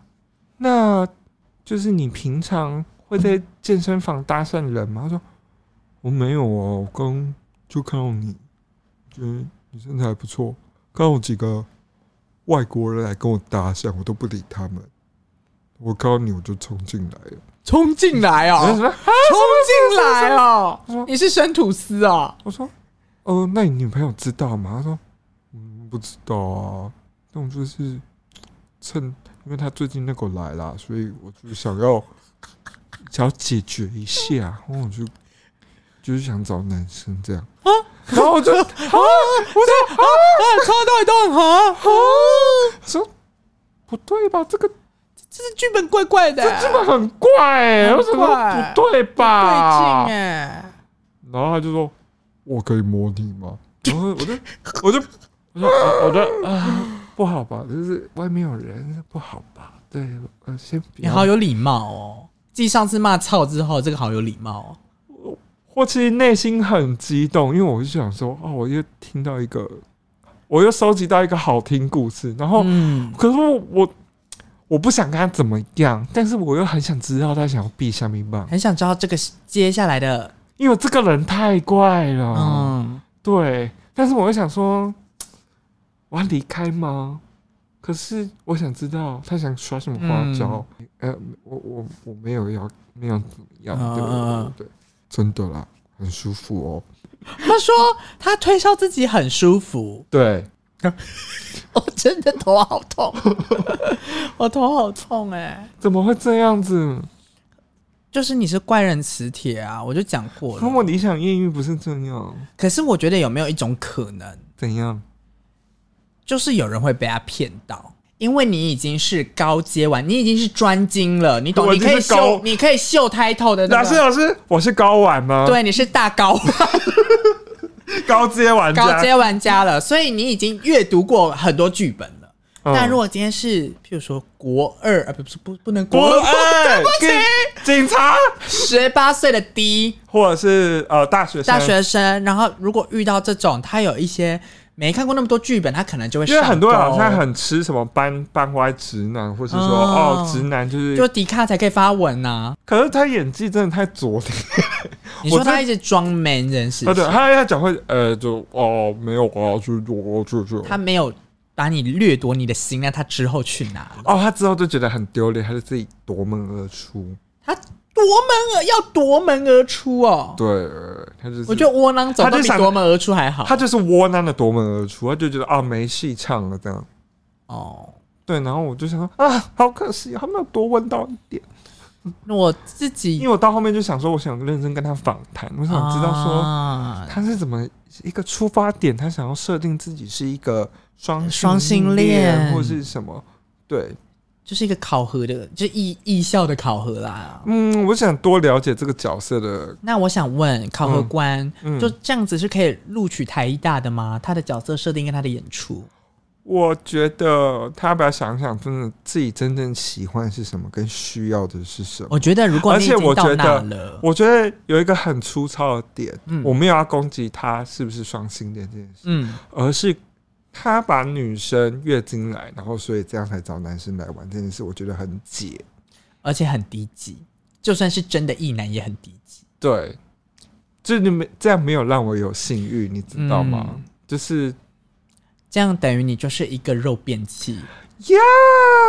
Speaker 1: 那就是你平常会在健身房搭讪人吗？”他说
Speaker 5: 我没有啊，我刚就看到你，觉得你身材还不错，看到几个外国人来跟我搭讪，我都不理他们。我看到你我就冲进来了，
Speaker 2: 冲进来哦，
Speaker 1: 我就说
Speaker 2: 冲进来哦
Speaker 1: 么，
Speaker 2: 你是生吐司哦，：“
Speaker 5: 我说，呃，那你女朋友知道吗？”他说，嗯，不知道啊，那我就是趁，因为他最近那个来啦，所以我就想要想要解决一下，然后我就就是想找男生这样。
Speaker 1: 然后我就
Speaker 2: 啊，超到都很好，
Speaker 1: 说不对吧，这个
Speaker 2: 这是剧本怪怪的，
Speaker 1: 这个很怪、欸，
Speaker 2: 很
Speaker 1: 为什么
Speaker 2: 怪
Speaker 1: 不对吧？”
Speaker 2: 哎，
Speaker 5: 然后他就说：“我可以摸你吗？”然后我就
Speaker 1: 我就我就我就啊，不好吧，就是外面有人，不好吧？对，呃，先不
Speaker 2: 你
Speaker 1: 要
Speaker 2: 好有礼貌哦，继上次骂操之后，这个好有礼貌哦，
Speaker 1: 我其实内心很激动，因为我就想说，哦，我又听到一个，我又收集到一个好听故事，然后、
Speaker 2: 嗯，
Speaker 1: 可是我我我不想跟他怎么样，但是我又很想知道他想要避下面棒，
Speaker 2: 很想知道这个接下来的，
Speaker 1: 因为这个人太怪了，
Speaker 2: 嗯，
Speaker 1: 对，但是我又想说，我要离开吗？可是我想知道他想耍什么花招，呃，我我我没有要没有怎么样，
Speaker 2: 嗯
Speaker 1: 对
Speaker 2: 嗯嗯
Speaker 1: 对对，
Speaker 5: 真的啦，很舒服哦。
Speaker 2: 他说他推销自己很舒服，
Speaker 1: 对，
Speaker 2: 我哦真的头好痛， 我头好痛哎、
Speaker 1: 怎么会这样子？
Speaker 2: 就是你是怪人磁铁啊，我就讲过
Speaker 1: 可我
Speaker 2: 了。
Speaker 1: 理想艳遇不是这样，
Speaker 2: 可是我觉得有没有一种可能，
Speaker 1: 怎样？
Speaker 2: 就是有人会被他骗到，因为你已经是高阶完，你已经是专精了，你懂？
Speaker 1: 我
Speaker 2: 你
Speaker 1: 已经
Speaker 2: 可以
Speaker 1: 是高
Speaker 2: 秀，你可以秀 title 的、那
Speaker 1: 老
Speaker 2: 个
Speaker 1: 师，老师，我是高玩吗？，
Speaker 2: 对，你是大高
Speaker 1: 高阶玩家
Speaker 2: 高阶玩家了，所以你已经阅读过很多剧本了。
Speaker 1: 嗯
Speaker 2: 但如果今天是，譬如说国二啊，不是不不能
Speaker 1: 不
Speaker 2: 国二，
Speaker 1: 哎，警警察，
Speaker 2: 十八岁的 D
Speaker 1: 或者是呃大学生
Speaker 2: 大学生，然后如果遇到这种，他有一些没看过那么多剧本，他可能就会
Speaker 1: 因为
Speaker 2: 上
Speaker 1: 很多人好
Speaker 2: 钩
Speaker 1: 像很吃什么班班歪直男，或是说
Speaker 2: 哦
Speaker 1: 哦直男就是，
Speaker 2: 就迪卡才可以发文呐、
Speaker 1: 可是他演技真的太拙劣。
Speaker 2: 你说
Speaker 1: 我真
Speaker 2: 他一直装 man 这件事
Speaker 1: 啊，对，
Speaker 2: 情，
Speaker 1: 他他讲会呃就哦没有啊，就我就就
Speaker 2: 他没有把你掠夺你的心，那他之后去哪了？
Speaker 1: 哦，他之后就觉得很丢脸，他就自己夺门而出。
Speaker 2: 他夺门而要夺门而出哦。
Speaker 1: 对，他就是
Speaker 2: 我觉得窝囊走
Speaker 1: 他
Speaker 2: 都
Speaker 1: 就
Speaker 2: 比
Speaker 1: 想
Speaker 2: 夺门而出还好。
Speaker 1: 他就是窝囊的夺门而出，他就觉得啊没戏唱了这样。
Speaker 2: 哦，
Speaker 1: 对，然后我就想说啊，好可惜，他没有多问到一点。
Speaker 2: 那我自
Speaker 1: 因
Speaker 2: 己
Speaker 1: 为我到后面就想说，我想认真跟他访谈，我想知道说
Speaker 2: 啊
Speaker 1: 他是怎么一个出发点，他想要设定自己是一个双
Speaker 2: 呃双性
Speaker 1: 恋
Speaker 2: 恋
Speaker 1: 或是什么。对，
Speaker 2: 就是一个考核的，就是艺艺校的考核啦。
Speaker 1: 嗯，我想多了解这个角色的，
Speaker 2: 那我想问考核官，
Speaker 1: 嗯嗯
Speaker 2: 就这样子是可以录取台艺大的吗？他的角色设定跟他的演出，
Speaker 1: 我觉得他要不要想想，真的自己真正喜欢是什么，跟需要的是什么。
Speaker 2: 我觉得如果
Speaker 1: 而
Speaker 2: 你已
Speaker 1: 且
Speaker 2: 经
Speaker 1: 我
Speaker 2: 到
Speaker 1: 觉
Speaker 2: 那
Speaker 1: 得
Speaker 2: 了，
Speaker 1: 我觉得有一个很粗糙的点，
Speaker 2: 嗯
Speaker 1: 我没有要攻击他是不是双性恋这件事，
Speaker 2: 嗯，
Speaker 1: 而是他把女生月经来，然后所以这样才找男生来玩这件事，我觉得很解。
Speaker 2: 而且很低级，就算是真的异男也很低级。
Speaker 1: 对，就你们这样没有让我有性欲，你知道吗？
Speaker 2: 嗯
Speaker 1: 就是
Speaker 2: 这样等于你就是一个肉便器。
Speaker 1: 呀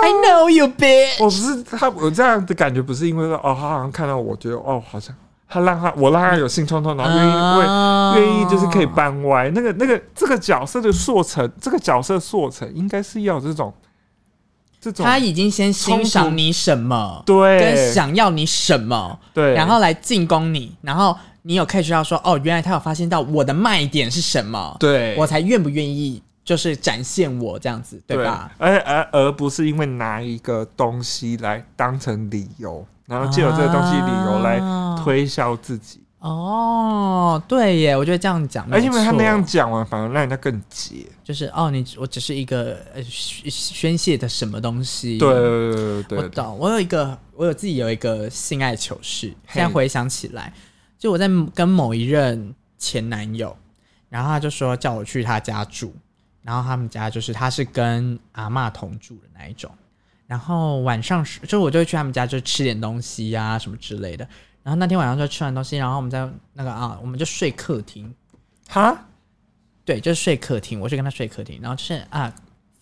Speaker 2: I know you, bitch。
Speaker 1: 我不是他，我这样的感觉不是因为说哦，他好像看到我觉得哦，好像他让他我让他有性冲动，然后愿意为。
Speaker 2: 啊
Speaker 1: 愿意就是可以搬歪。那个那个这个角色的塑成，这个角色塑成应该是要有这种这种
Speaker 2: 他已经先欣
Speaker 1: 冲
Speaker 2: 赏
Speaker 1: 突
Speaker 2: 你什么，跟
Speaker 1: 对
Speaker 2: 想要你什么，
Speaker 1: 对，
Speaker 2: 然后来进攻你，然后你有 catch 到说，哦，原来他有发现到我的卖点是什么，
Speaker 1: 对
Speaker 2: 我才愿不愿意就是展现我这样子，对
Speaker 1: 对
Speaker 2: 吧？？
Speaker 1: 而而而不是因为拿一个东西来当成理由，然后借由这个东西理由来
Speaker 2: 啊
Speaker 1: 推销自己。
Speaker 2: 哦，对耶，我觉得这样讲没
Speaker 1: 而
Speaker 2: 有
Speaker 1: 且
Speaker 2: 错，
Speaker 1: 因为他那样讲完，反而让人家更解。
Speaker 2: 就是哦，你我只是一个呃宣宣泄的什么东西，
Speaker 1: 对对对对
Speaker 2: 我
Speaker 1: 对对，
Speaker 2: 懂，我有一个，我有自己有一个性爱糗事，
Speaker 1: 嘿
Speaker 2: 现在回想起来，就我在跟某一任前男友，然后他就说叫我去他家住，然后他们家就是他是跟阿嬷同住的那一种，然后晚上是就我就会去他们家就吃点东西呀、什么之类的，然后那天晚上就吃完东西，然后我们在那个啊，我们就睡客厅，
Speaker 1: 哈，
Speaker 2: 对，就是睡客厅，我是跟他睡客厅，然后就是啊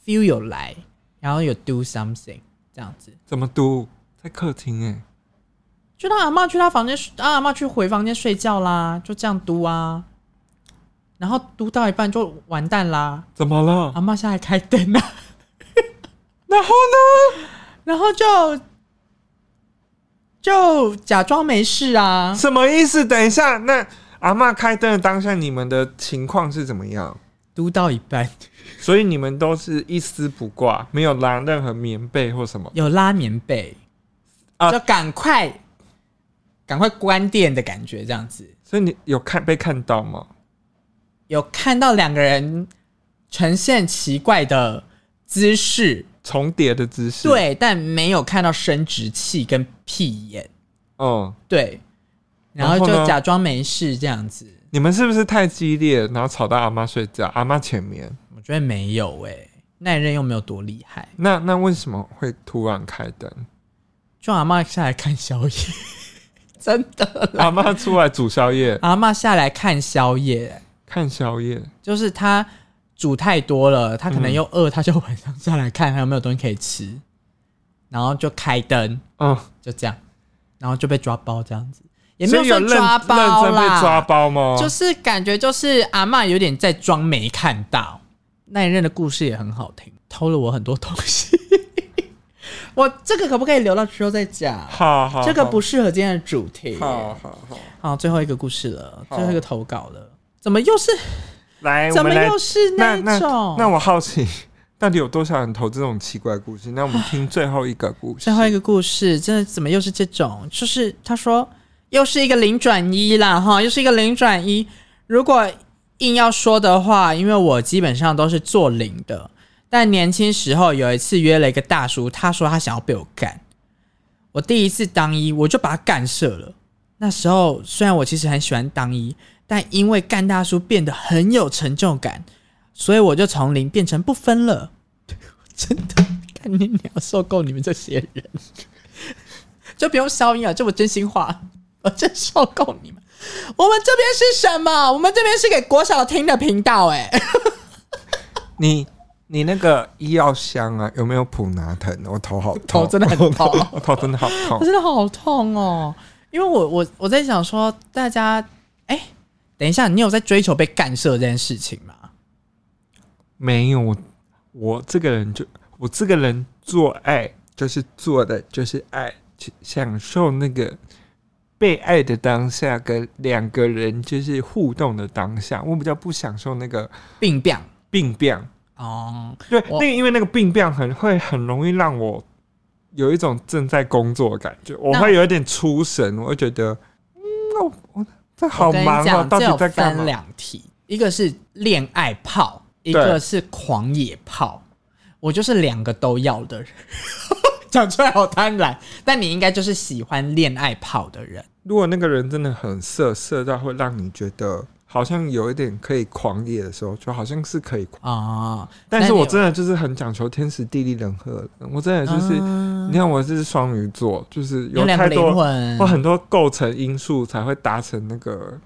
Speaker 2: ，feel 有来，然后有 do something 这样子。
Speaker 1: 怎么读？在客厅哎，
Speaker 2: 就他阿嬷去他房间，他阿嬷去回房间睡觉啦，就这样嘟啊，然后嘟到一半就完蛋啦，
Speaker 1: 怎么了？
Speaker 2: 阿嬷下来开灯 啊，
Speaker 1: 然后呢？
Speaker 2: 然后就就假装没事啊，
Speaker 1: 什么意思？等一下，那阿嬷开灯的当下，你们的情况是怎么样？
Speaker 2: 嘟到一半
Speaker 1: 所以你们都是一丝不挂，没有拿任何棉被或什么。
Speaker 2: 有拉棉被，
Speaker 1: 啊
Speaker 2: 就赶快赶快关电的感觉，这样子
Speaker 1: 所以你有看被看到吗？
Speaker 2: 有看到两个人呈现奇怪的姿势，
Speaker 1: 重叠的姿势。，
Speaker 2: 对，但没有看到生殖器跟屁眼。
Speaker 1: 嗯，
Speaker 2: 对，然后
Speaker 1: 然后
Speaker 2: 就
Speaker 1: 呢
Speaker 2: 假装没事这样子。
Speaker 1: 你们是不是太激烈，然后吵到阿妈睡觉？阿妈前面，
Speaker 2: 我觉得没有诶、那一任又没有多厉害，
Speaker 1: 那那为什么会突然开灯？
Speaker 2: 就阿嬷下来看宵 夜，真的啦。
Speaker 1: 阿妈出来煮宵 夜，
Speaker 2: 阿嬷下来看宵夜，
Speaker 1: 看宵夜。
Speaker 2: 就是她煮太多了，她可
Speaker 1: 嗯
Speaker 2: 能又饿，她就晚上下来看还有没有东西可以吃，然后就开灯，
Speaker 1: 嗯，
Speaker 2: 就这样，然后就被抓包这样子，也没
Speaker 1: 所
Speaker 2: 有
Speaker 1: 以有
Speaker 2: 算
Speaker 1: 认
Speaker 2: 抓包
Speaker 1: 认真
Speaker 2: 啦，
Speaker 1: 被抓包吗？
Speaker 2: 就是感觉就是阿嬷有点在装没看到。那一任的故事也很好听，偷了我很多东 西。我这个可不可以留到之后再讲？
Speaker 1: 好好，
Speaker 2: 这个不
Speaker 1: 是。
Speaker 2: 适合今天的主题。
Speaker 1: 好好好，
Speaker 2: 好，最后一个故事了，最后一个投稿了。怎么又是？
Speaker 1: 来，我
Speaker 2: 怎么
Speaker 1: 们来
Speaker 2: 又是
Speaker 1: 那
Speaker 2: 一种？
Speaker 1: 那我好奇， 到底有多少人投这种奇怪的故事？那我们听最后一个故事。
Speaker 2: 最后一个故事，真的怎么又是这种？就是他说又是一个零转一啦，哈，又是一个零转一。如果硬要说的话，因为我基本上都是做零的，但年轻时候有一次约了一个大叔，他说他想要被我干。我第一次当一，我就把他干射了。那时候虽然我其实很喜欢当一，但因为干大叔变得很有成就感，所以我就从零变成不分了。真的，干你娘，受够你们这些人！ 就不用消音了，这我真心话，我真受够你们。我们这边是什么？我们这边是给国小听的频道、哎，
Speaker 1: 你你那个医药箱啊，有没有普拿疼？我头好痛，啊
Speaker 2: 哦头真的很痛，
Speaker 1: 我头真的好
Speaker 2: 我
Speaker 1: 痛。
Speaker 2: 真的好痛哦。因为我我我在想说，大家，哎、等一下，你有在追求被干涉这件事情吗？
Speaker 1: 没有，我我这个人就我这个人做爱就是做的就是爱，去享受那个被爱的当下跟两个人就是互动的当下。我比较不享受那个
Speaker 2: 病变
Speaker 1: 病变，
Speaker 2: 哦，
Speaker 1: 对，那
Speaker 2: 我
Speaker 1: 个因为那个病变很会很容易让我有一种正在工作的感觉，我
Speaker 2: 那
Speaker 1: 会有一点出神，我会觉得，嗯，那我我这好
Speaker 2: 我跟你
Speaker 1: 忙啊，
Speaker 2: 讲，
Speaker 1: 到
Speaker 2: 这
Speaker 1: 底
Speaker 2: 有
Speaker 1: 在干
Speaker 2: 分
Speaker 1: 嘛？
Speaker 2: 两题，一个是恋爱炮，一个是狂野炮。我就是两个都要的人， 讲出来好贪婪。但你应该就是喜欢恋爱炮的人。
Speaker 1: 如果那个人真的很色，色到会让你觉得好像有一点可以狂野的时候，就好像是可以狂。
Speaker 2: 啊、
Speaker 1: 但是
Speaker 2: 那你
Speaker 1: 我真的就是很讲求天时地利人和，我真的就是，
Speaker 2: 嗯
Speaker 1: 你看我是双鱼座，就是
Speaker 2: 有
Speaker 1: 有
Speaker 2: 两个
Speaker 1: 太
Speaker 2: 灵
Speaker 1: 多
Speaker 2: 魂
Speaker 1: 或，很多构成因素才会达成那个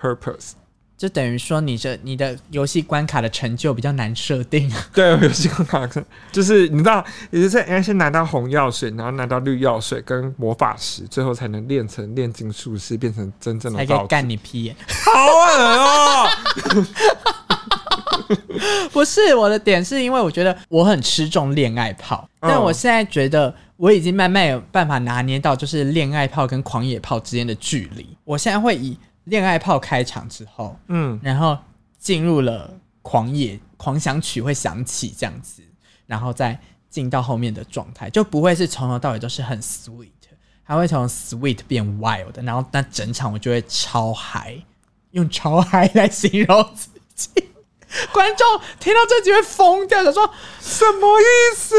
Speaker 1: purpose。
Speaker 2: 就等于说你这你的游戏关卡的成就比较难设定。
Speaker 1: 对，我有信用卡是，就是你知道，也就是要先拿到红药水，然后拿到绿药水跟魔法石，最后才能练成炼金术师，变成真正的
Speaker 2: 才可
Speaker 1: 道
Speaker 2: 以
Speaker 1: 具。
Speaker 2: 干你屁眼、
Speaker 1: 好恶哦、
Speaker 2: 不是我的点，是因为我觉得我很吃重恋爱炮，
Speaker 1: 嗯
Speaker 2: 但我现在觉得我已经慢慢有办法拿捏到，就是恋爱炮跟狂野炮之间的距离。我现在会以恋爱炮开场之后，
Speaker 1: 嗯，
Speaker 2: 然后进入了狂野狂想曲会响起这样子，然后再进到后面的状态，就不会是从头到尾都是很 sweet，它会从 sweet 变 wild，然后那整场我就会超嗨，用超嗨来形容自己。观众听到这集会疯掉，想说
Speaker 1: 什么意思？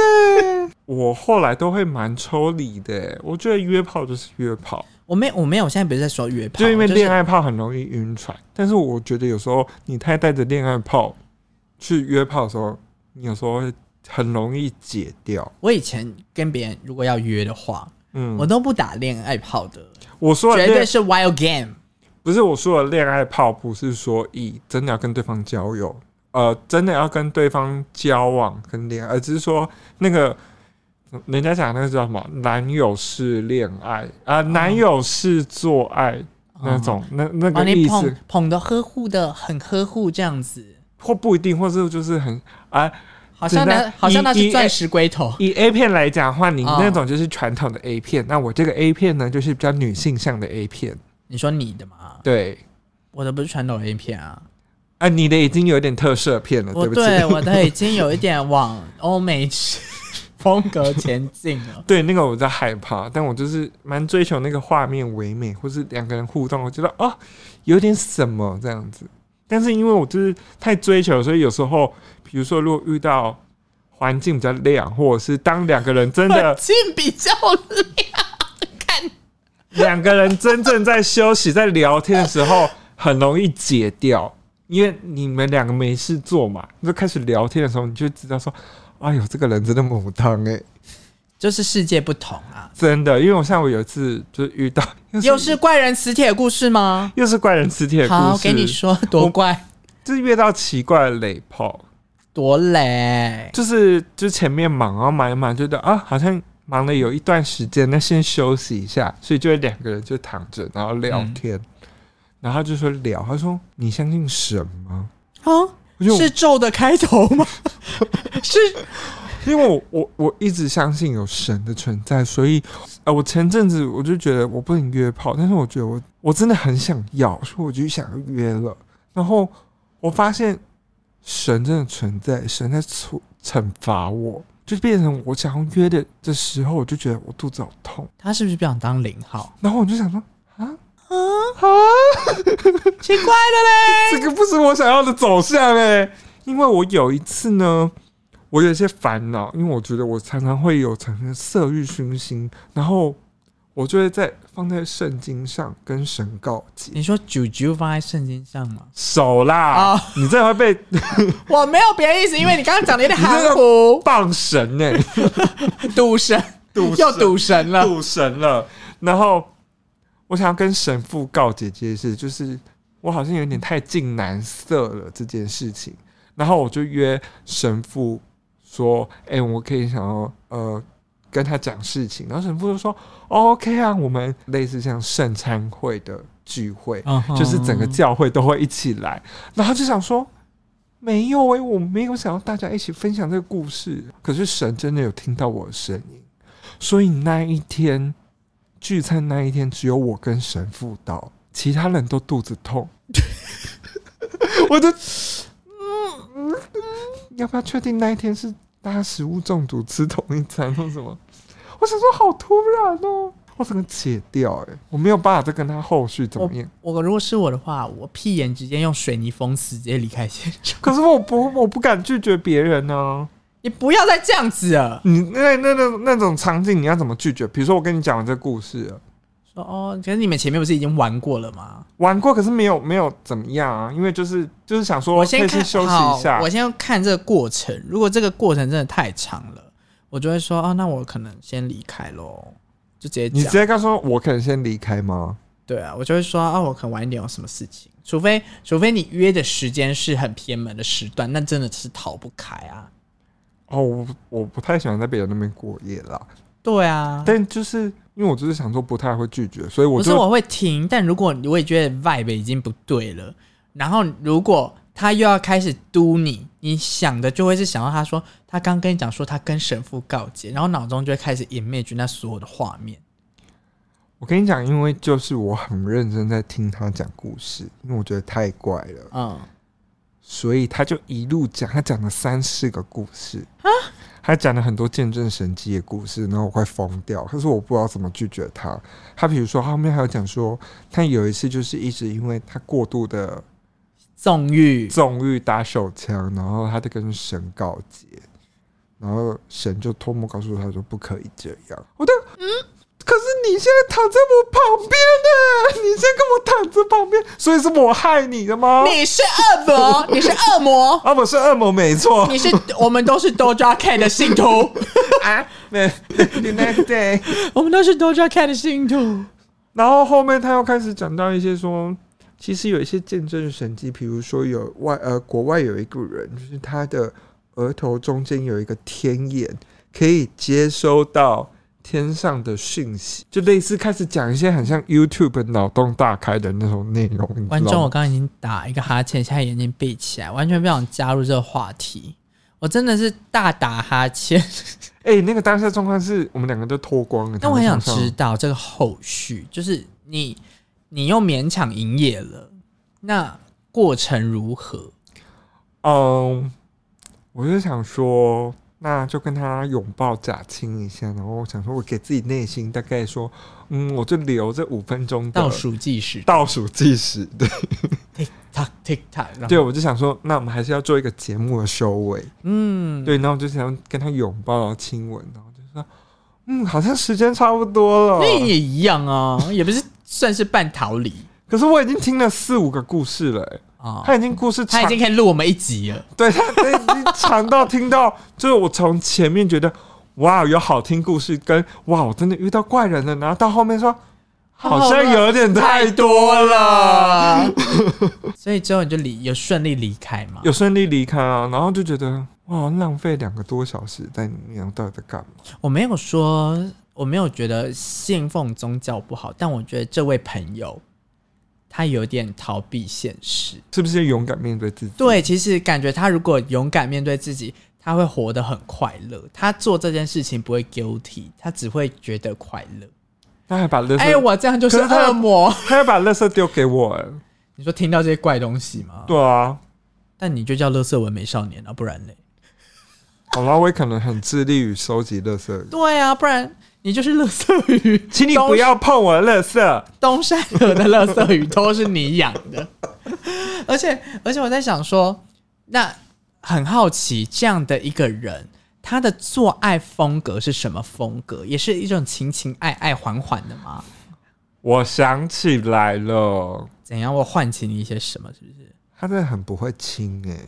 Speaker 1: 我后来都会蛮抽离的、我觉得约炮就是约炮，
Speaker 2: 我没我没有，我现在不是在说约炮，
Speaker 1: 就因为
Speaker 2: 是
Speaker 1: 恋爱炮很容易晕船。但是我觉得有时候你太带着恋爱炮去约炮的时候，你有时候会很容易解掉。
Speaker 2: 我以前跟别人如果要约的话，
Speaker 1: 嗯，
Speaker 2: 我
Speaker 1: 我
Speaker 2: 都不打恋爱炮的，
Speaker 1: 说的
Speaker 2: 绝
Speaker 1: 恋
Speaker 2: 对是 wild game。
Speaker 1: 不是我说的恋爱炮，不是说以真的要跟对方交友，呃，真的要跟对方交往跟恋爱，而只是说那个人家讲那个叫什么男友式恋爱啊、
Speaker 2: 嗯
Speaker 1: 男友式做爱那种，那那个
Speaker 2: 把哦你
Speaker 1: 意
Speaker 2: 捧
Speaker 1: 思，
Speaker 2: 捧的呵护的很呵护这样子，
Speaker 1: 或不一定，或是就是很啊，
Speaker 2: 好像
Speaker 1: 只
Speaker 2: 那
Speaker 1: 能
Speaker 2: 好像那
Speaker 1: 一
Speaker 2: 是
Speaker 1: 一
Speaker 2: 钻石龟头。
Speaker 1: 以 A 片来讲的话，你
Speaker 2: 哦
Speaker 1: 那种就是传统的 A 片，那我这个 A 片呢，就是比较女性向的 A 片，
Speaker 2: 你说你的嘛，
Speaker 1: 对。
Speaker 2: 我的不是传统 A 片啊，
Speaker 1: 啊，你的已经有点特色片了，
Speaker 2: 我
Speaker 1: 对不起。
Speaker 2: 我的已经有一点往欧美 风格前进 了。
Speaker 1: 对，那个我在害怕，但我就是蛮追求那个画面唯美，或是两个人互动，我觉得哦，有点什么这样子。但是因为我就是太追求，所以有时候，比如说如果遇到环境比较亮，或者是当两个人真 的
Speaker 2: 进比 较
Speaker 1: 两个人真正在休息、在聊天的时候，很容易解掉，因为你们两个没事做嘛，就开始聊天的时候，你就知道说，哎呦，这个人真的母汤哎、
Speaker 2: 就是世界不同啊。
Speaker 1: 真的。因为我像我有一次就是遇到，
Speaker 2: 又是怪人磁铁的故事吗？
Speaker 1: 又是怪人磁铁的故事。
Speaker 2: 好，给你说多怪
Speaker 1: 就是遇到奇怪的雷炮，
Speaker 2: 多累。
Speaker 1: 就是就前面忙，然后忙一忙，觉得啊，好像忙了有一段时间，那先休息一下，所以就会两个人就躺着，然后聊天，
Speaker 2: 嗯
Speaker 1: 然后他就说聊，他说你相信神吗？
Speaker 2: 啊，
Speaker 1: 我就是
Speaker 2: 咒的开头吗？是
Speaker 1: 因为我我我一直相信有神的存在，所以呃，我前阵子我就觉得我不能约炮，但是我觉得我我真的很想要，所以我就想要约了。然后我发现神真的存在，神在处惩罚我，就变成我想要约的的时候，我就觉得我肚子好痛，
Speaker 2: 他是不是不想当零号？
Speaker 1: 然后我就想说啊啊，
Speaker 2: 奇怪的嘞。
Speaker 1: 欸这个不是我想要的走向哎、因为我有一次呢，我我有一些烦恼，因为我觉得我常常会有产生色欲熏心，然后我就会在放在圣经上跟神告诫
Speaker 2: 你说九九放在圣经上吗？
Speaker 1: 手啦，
Speaker 2: 哦
Speaker 1: 你这会被，
Speaker 2: 我没有别的意思，因为你刚刚讲的有点含糊
Speaker 1: 棒神欸呢、
Speaker 2: 赌神，
Speaker 1: 赌神
Speaker 2: 又赌神了。
Speaker 1: 入神了。然后我想要跟神父告解这件事，就是我好像有点太近男色了这件事情。然后我就约神父说：“哎、我可以想要呃跟他讲事情。”然后神父就说、哦 OK 啊，我们类似像圣餐会的聚会，
Speaker 2: 嗯哼
Speaker 1: 就是整个教会都会一起来。”然后就想说。没有哎、我没有想要大家一起分享这个故事。可是神真的有听到我的声音，所以那一天聚餐那一天，只有我跟神父到，其他人都肚子痛。我就，嗯，嗯要不要确定那一天是大家食物中毒吃同一餐或什么？ 我想说好突然哦，我整个解掉哎、我没有办法再跟他后续怎么样。
Speaker 2: 我如果是我的话，我屁眼直接用水泥封死，直接离开现场。
Speaker 1: 可是我不，我不敢拒绝别人啊呢、
Speaker 2: 你不要再这样子了。
Speaker 1: 你那那那那种场景，你要怎么拒绝？比如说我跟你讲完这故事了
Speaker 2: 说哦，可是你们前面不是已经玩过了吗？
Speaker 1: 玩过，可是没有没有怎么样啊，因为就是就是想说，
Speaker 2: 哦我先
Speaker 1: 可以去
Speaker 2: 看
Speaker 1: 休息
Speaker 2: 好
Speaker 1: 一下
Speaker 2: 我。先看这个过程。如果这个过程真的太长了，我就会说哦，那我可能先离开喽，就直接
Speaker 1: 你
Speaker 2: 讲
Speaker 1: 直。接告诉我，我可能先离开吗？
Speaker 2: 对啊，我就会说啊，我可能晚一点有什么事情，除非除非你约的时间是很偏门的时段，那真的是逃不开啊。
Speaker 1: 哦，我我不太喜欢在别人那边过夜啦，
Speaker 2: 对啊，
Speaker 1: 但就是因为我就是想说不太会拒绝，所以我
Speaker 2: 不是
Speaker 1: 就
Speaker 2: 我会停，但如果我也觉得 vibe 已经不对了，然后如果他又要开始嘟你，你想的就会是想到他说他刚跟你讲说他跟神父告解，然后脑中就会开始 image 那所有的画面。
Speaker 1: 我跟你讲，因为就是我很认真在听他讲故事，因为我觉得太怪了，
Speaker 2: 嗯，
Speaker 1: 所以他就一路讲，他讲了三四个故事啊，他讲了很多见证神迹的故事，然后我快疯掉，可是我不知道怎么拒绝他。他比如说他后面还有讲说，他有一次就是一直因为他过度的
Speaker 2: 纵欲，
Speaker 1: 纵欲打手枪，然后他就跟神告解，然后神就托梦告诉他说不可以这样。我的嗯，可是你现在躺在我旁边呢，你现在跟我躺在旁边，所以是我害你的吗？
Speaker 2: 你是恶魔， 你是恶魔，
Speaker 1: 啊，我是恶魔没错
Speaker 2: 你是我们都是 Doja Cat 的信徒，
Speaker 1: 啊，那 the next day。
Speaker 2: 我们都是 Doja Cat 的信徒。
Speaker 1: 然后后面他又开始讲到一些说，其实有一些见证神迹，比如说有外呃国外有一个人，就是他的额头中间有一个天眼，可以接收到天上的讯息，就类似开始讲一些很像 YouTube 脑洞大开的那种内容。你知道
Speaker 2: 观
Speaker 1: 吗
Speaker 2: 众，我刚刚已经打一个哈欠，现在眼睛闭起来，完全不想加入这个话题。我真的是大打哈欠，
Speaker 1: 哎、那个当下状况是我们两个都脱光了，
Speaker 2: 但我很想
Speaker 1: 躺在床
Speaker 2: 知
Speaker 1: 上。
Speaker 2: 道这个后续，就是你你又勉强营业了，那过程如何？
Speaker 1: 嗯，我就想说，那就跟他拥抱假亲一下，然后我想说，我给自己内心大概说，嗯，我就留这五分钟的
Speaker 2: 倒数嗯计时
Speaker 1: 倒数计时，对，
Speaker 2: ，tick tock tick tock，然
Speaker 1: 对
Speaker 2: 后
Speaker 1: 我就想说，那我们还是要做一个节目的收尾，
Speaker 2: 嗯，
Speaker 1: 对，然后我就想跟他拥抱，然后亲吻，然后就说，嗯，好像时间差不多了，
Speaker 2: 那也一样啊，也不是算是半逃离
Speaker 1: 可是我已经听了四五个故事了、欸
Speaker 2: 啊。
Speaker 1: 他已经故事
Speaker 2: 他
Speaker 1: 长
Speaker 2: 已经可以录我们一集了，
Speaker 1: 对他，他已经长到听到，就是我从前面觉得哇有好听故事，跟哇我真的遇到怪人了，然后到后面说好像有点太多了，
Speaker 2: 啊， 所以之后你就离有顺利离开吗？
Speaker 1: 有顺利离开啊，然后就觉得哇浪费两个多小时在里面，我到底在干嘛？
Speaker 2: 我没有说，我没有觉得信奉宗教不好，但我觉得这位朋友他有点逃避现实。
Speaker 1: 是不是勇敢面对自己？
Speaker 2: 对，其实感觉他如果勇敢面对自己，他会活得很快乐。他做这件事情不会 guilty，他只会觉得快乐。
Speaker 1: 他还把垃圾，
Speaker 2: 哎、我这样就是
Speaker 1: 可是他
Speaker 2: 恶魔。
Speaker 1: 他还把垃圾丢给我、哎
Speaker 2: 你说听到这些怪东西吗？
Speaker 1: 对啊，
Speaker 2: 但你就叫乐色文美少年啊，不然嘞？
Speaker 1: 好啦，我也可能很致力于收集垃圾，
Speaker 2: 对啊，不然你就是乐色鱼。
Speaker 1: 请你不要碰我的垃圾。
Speaker 2: 东山河的垃圾 鱼都是你养的，而且而且我在想说，那很好奇这样的一个人，他的做爱风格是什么风格？也是一种情情爱爱缓缓的吗？
Speaker 1: 我想起来了，
Speaker 2: 怎样？我唤起你一些什么？是不是
Speaker 5: 他真的很不会亲哎、
Speaker 1: 欸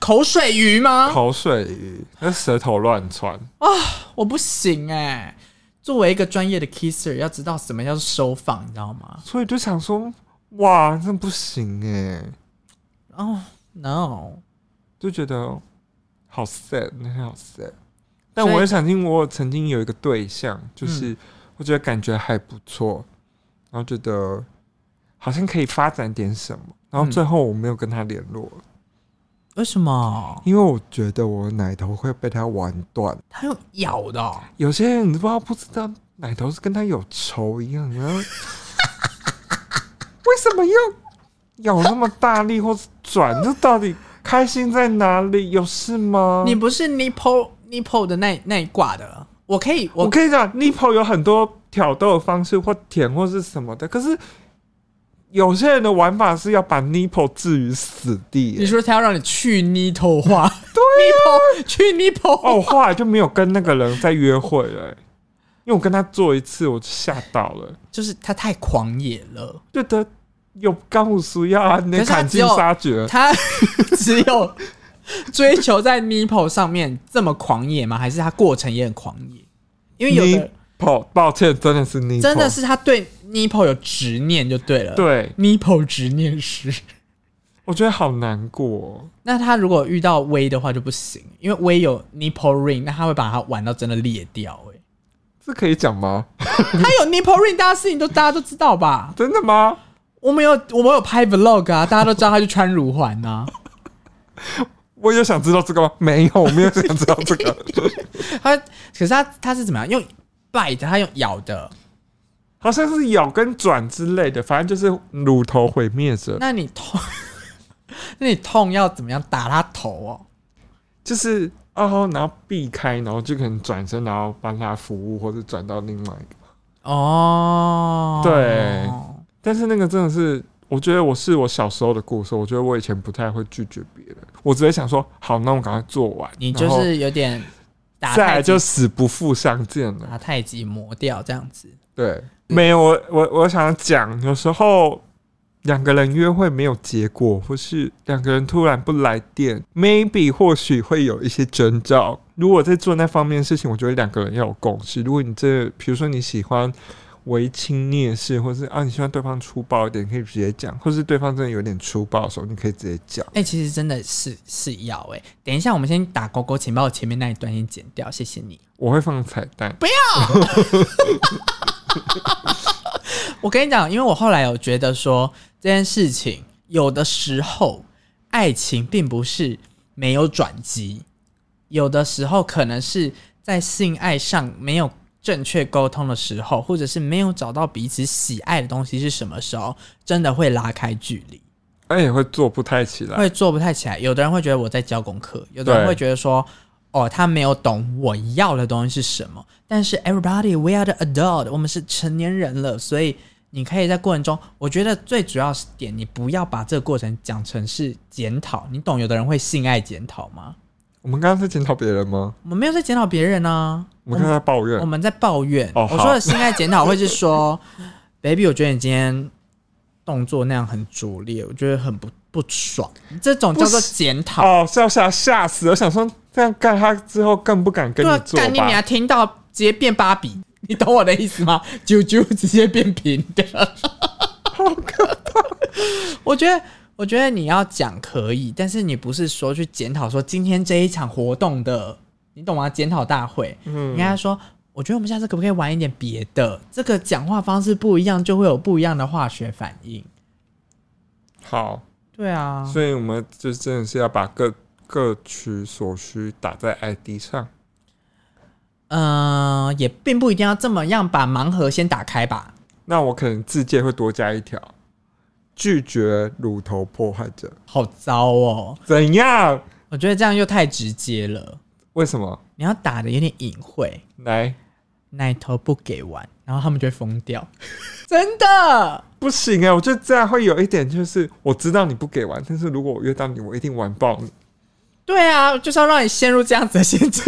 Speaker 2: 口水鱼吗？
Speaker 1: 口水鱼，那舌头乱窜，
Speaker 2: 我不行哎、作为一个专业的 kisser，要知道什么叫收放，你知道吗？
Speaker 5: 所以就想说，哇，真不行哎、
Speaker 2: 哦、no，
Speaker 1: 欸就觉得好 sad，那天好 sad。
Speaker 2: 但
Speaker 1: 但
Speaker 2: 我
Speaker 1: 我
Speaker 2: 也
Speaker 1: 也想听，我曾经有一个对象，就是我觉得感觉还不错，然后觉得好像可以发展点什么，然后最后我没有跟他联络了，
Speaker 2: 为什么
Speaker 5: 因为我觉得我奶头会被他玩断。
Speaker 2: 他用咬的哦、
Speaker 1: 有些人你不知道不知道，奶头是跟他有仇一样，然后为什么要咬那么大力或是转？这到底开心在哪里？有事吗？
Speaker 2: 你不是 nipple nipple 的那那一挂的，我可以，
Speaker 1: 我
Speaker 2: 我
Speaker 1: 可以讲 nipple 有很多挑逗的方式，或舔或是什么的，可是有些人的玩法是要把 nipple 置于死地、欸。
Speaker 2: 你说他要让你去 nipple 化，对、啊、，nipple 去 nipple
Speaker 1: 哦，我后来就没有跟那个人再约会了欸、因为我跟他做一次，我就吓到了，
Speaker 2: 就是他太狂野了，
Speaker 1: 觉得有刚武苏亚啊，
Speaker 2: 可
Speaker 1: 那
Speaker 2: 是他
Speaker 1: 砍
Speaker 2: 只
Speaker 1: 尽
Speaker 2: 有
Speaker 1: 杀绝。
Speaker 2: 他只有追求在 nipple 上面这么狂野吗？还是他过程也很狂野？因为有的
Speaker 1: nipple，抱哦歉，真的是 nipple，
Speaker 2: 真的是他对 nipple 有执念就对了，
Speaker 1: 对，
Speaker 2: nipple 执念师。
Speaker 1: 我觉得好难过哦、
Speaker 2: 那他如果遇到威的话就不行，因为威有 nipple ring，那他会把它玩到真的裂掉、欸。
Speaker 1: 这可以讲吗？
Speaker 2: 他有 nipple ring，大家事情都大家都知道吧？
Speaker 1: 真的吗？
Speaker 2: 我们有我们有拍 vlog 啊，大家都知道他去穿乳环啊呐、
Speaker 1: 我也想知道这个吗？没有，我没有想知道这 个。
Speaker 2: 啊。他可是他他是怎么样？用拜的，他用咬的。
Speaker 1: 好像是咬跟转之类的，反正就是乳头毁灭者，
Speaker 2: 那你痛， 那你痛要怎么样打他头哦？
Speaker 1: 就是哦，然后避开，然后就可能转身，然后帮他服务，或者转到另外一个。哦
Speaker 2: 哦，
Speaker 1: 对但是那个真的是，我觉得我是我小时候的故事，我觉得我以前不太会拒绝别人，我只会想说好，那我赶快做完，
Speaker 2: 你就
Speaker 1: 然后
Speaker 2: 是有点打
Speaker 1: 再
Speaker 2: 太
Speaker 1: 来
Speaker 2: 极
Speaker 1: 就死不复相见了。
Speaker 2: 打太极磨掉这样子。
Speaker 1: 对，没有我我我想讲，有时候两个人约会没有结果，或是两个人突然不来电，maybe 或许会有一些征兆。如果在做那方面的事情，我觉得两个人要有共识。如果你这，比如说你喜欢为亲蔑视，或是啊你希望对方粗暴一点，你可以直接讲；，或是对方真的有点粗暴的时候，你可以直接讲。
Speaker 2: 哎、其实真的是是要哎、等一下，我们先打勾勾，请把我前面那一段先剪掉，谢谢你。
Speaker 1: 我会放彩蛋，
Speaker 2: 我跟你讲，因为我后来有觉得说这件事情，有的时候爱情并不是没有转机，有的时候可能是在性爱上没有正确沟通的时候，或者是没有找到彼此喜爱的东西是什么时候，真的会拉开距离。
Speaker 1: 哎也会做不太起来。
Speaker 2: 会做不太起来。有的人会觉得我在教功课，有的人
Speaker 1: 对
Speaker 2: 会觉得说，哦，他没有懂我要的东西是什么。但是 everybody we are the adult，我们是成年人了，所以你可以在过程中，我觉得最主要是点，你不要把这个过程讲成是检讨。你懂？有的人会性爱检讨吗？
Speaker 1: 我们刚刚在检讨别人吗？
Speaker 2: 我们没有在检讨别人啊，
Speaker 1: 我们刚刚在抱
Speaker 2: 我
Speaker 1: 怨，
Speaker 2: 们在抱怨。
Speaker 1: 哦好
Speaker 2: 我说的性爱检讨会是说，baby，我觉得你今天动作那样很拙劣，我觉得很不不爽。这种叫做检讨。
Speaker 1: 哦，是要吓吓死！我想说，这样干他之后更不敢跟
Speaker 2: 对啊
Speaker 1: 你，做
Speaker 2: 干你
Speaker 1: 吧
Speaker 2: 娘，？听到直接变芭比， 你懂我的意思吗？啾啾直接变平的， 好可怕！我觉得，我觉得你要讲可以，但是你不是说去检讨说今天这一场活动的，你懂吗？检讨大会，嗯，应该说。我觉得我们下次可不可以玩一点别的？这个讲话方式不一样，就会有不一样的化学反应。
Speaker 1: 好，
Speaker 2: 对啊，
Speaker 1: 所以我们就真的是要把各各取所需打在 ID 上。
Speaker 2: 嗯、也并不一定要这么样把盲盒先打开吧。
Speaker 1: 那我可能自介会多加一条，拒绝乳头破坏者。
Speaker 2: 好糟哦！
Speaker 1: 怎样？
Speaker 2: 我觉得这样又太直接了，
Speaker 1: 为什么？
Speaker 2: 你要打的有点隐晦，
Speaker 1: 来，
Speaker 2: 奶头不给玩，然后他们就会疯掉， 真的。
Speaker 1: 不行哎、我觉得这样会有一点，就是我知道你不给玩，但是如果我约到你，我一定玩爆你。
Speaker 2: 对啊，就是要让你陷入这样子的陷阱。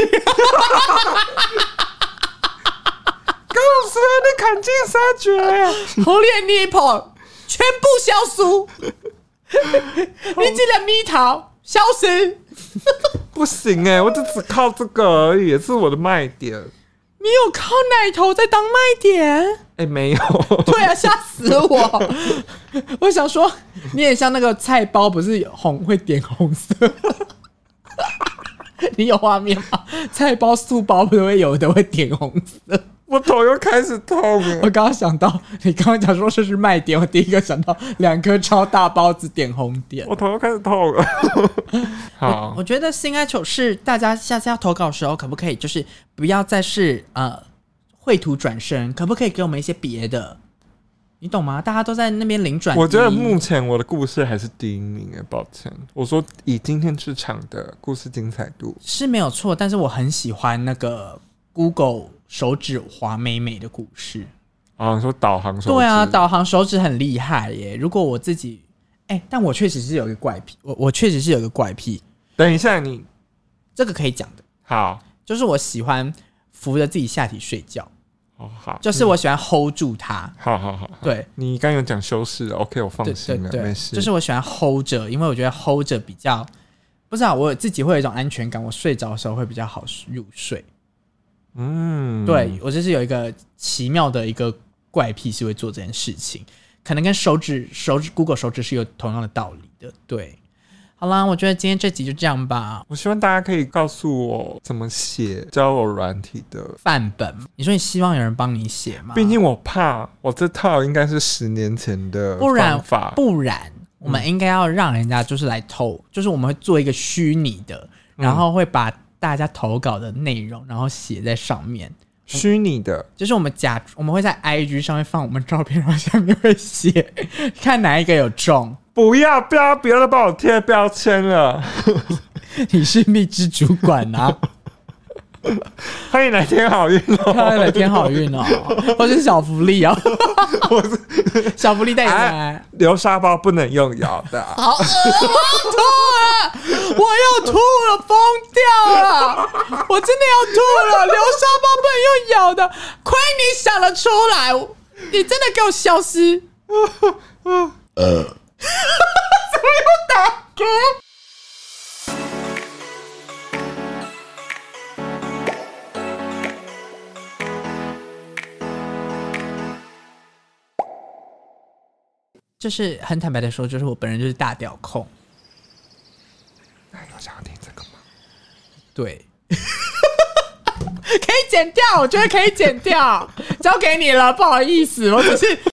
Speaker 1: 告诉他你砍尽杀绝，
Speaker 2: 红脸捏捧全部消失，你进了蜜桃消失，
Speaker 1: 不行哎、 我就只靠这个而已，也是我的卖点。
Speaker 2: 你有靠奶头在当卖点？
Speaker 1: 哎、没有，
Speaker 2: 对啊，吓死我！我想说，你也像那个菜包，不是有红会点红色？ 你有画面吗？菜包、素包不是会有的会点红色？
Speaker 1: 我头又开始痛了。
Speaker 2: 我刚刚想到，你刚刚讲说这是卖点，我第一个想到两颗超大包子点红点。
Speaker 1: 我头又开始痛了。好，
Speaker 2: 我觉得性爱糗事，大家下次要投稿的时候，可不可以就是不要再是呃绘图转身，可不可以给我们一些别的？你懂吗？大家都在那边零转移，
Speaker 1: 我觉得目前我的故事还是第一名哎，抱歉。我说以今天这场的故事精彩度，
Speaker 2: 是没有错，但是我很喜欢那个 Google 手指滑美美的故事。
Speaker 1: 啊，你说导航手
Speaker 2: 对啊，
Speaker 1: 指
Speaker 2: 导航手指很厉害耶！如果我自己，哎、但我确实是有一个怪癖，我我确实是有一个怪癖，
Speaker 1: 等一下你
Speaker 2: 这个可以讲的，
Speaker 1: 好，
Speaker 2: 就是我喜欢扶着自己下体睡觉，
Speaker 1: 哦好，
Speaker 2: 就是我喜欢 hold 住它。
Speaker 1: 好好好，好
Speaker 2: 对，
Speaker 1: 你刚有讲修饰，OK，我放
Speaker 2: 对
Speaker 1: 心
Speaker 2: 对
Speaker 1: 了，
Speaker 2: 对
Speaker 1: 没，事。
Speaker 2: 就是我喜欢 hold 着，因为我觉得 hold 着比较，不知道我自己会有一种安全感，我睡着的时候会比较好入睡。
Speaker 1: 嗯，
Speaker 2: 对我就是有一个奇妙的一个怪癖是会做这件事情，可能跟手指手指 Google 手指是有同样的道理的。对，好啦，我觉得今天这集就这样吧。
Speaker 1: 我希望大家可以告诉我怎么写交友软体的，
Speaker 2: 范本，你说你希望有人帮你写吗？
Speaker 1: 毕竟我怕我这套应该是十年前的
Speaker 2: 不然
Speaker 1: 方法，
Speaker 2: 不然我们应该要让人家就是来投，就是我们会做一个虚拟的，然后会把大家投稿的内容，然后写在上面。
Speaker 1: 虚拟的，
Speaker 2: 就是我们假，我们会在 IG 上面放我们照片，然后下面会写 看哪一个有中，
Speaker 1: 不要不要不要再帮我贴标签了，
Speaker 2: 你是蜜汁主 管啊，
Speaker 1: 欢迎来听好运哦，
Speaker 2: 看来天好运哦，或是小福利哦，
Speaker 1: 我是
Speaker 2: 小福利带你来
Speaker 1: 哎，流沙包不能用咬的，
Speaker 2: 好恶 我要吐了，我要吐了，疯掉了！我真的要吐了，流沙包不能用咬的，亏你想了出来，你真的给我消失！呃，怎么又打嗝？就是很坦白的说，就是我本人就是大屌控，
Speaker 1: 那有哎想要听这个吗？
Speaker 2: 对，可以剪掉，我觉得可以剪掉，交给你了，不好意思，我只是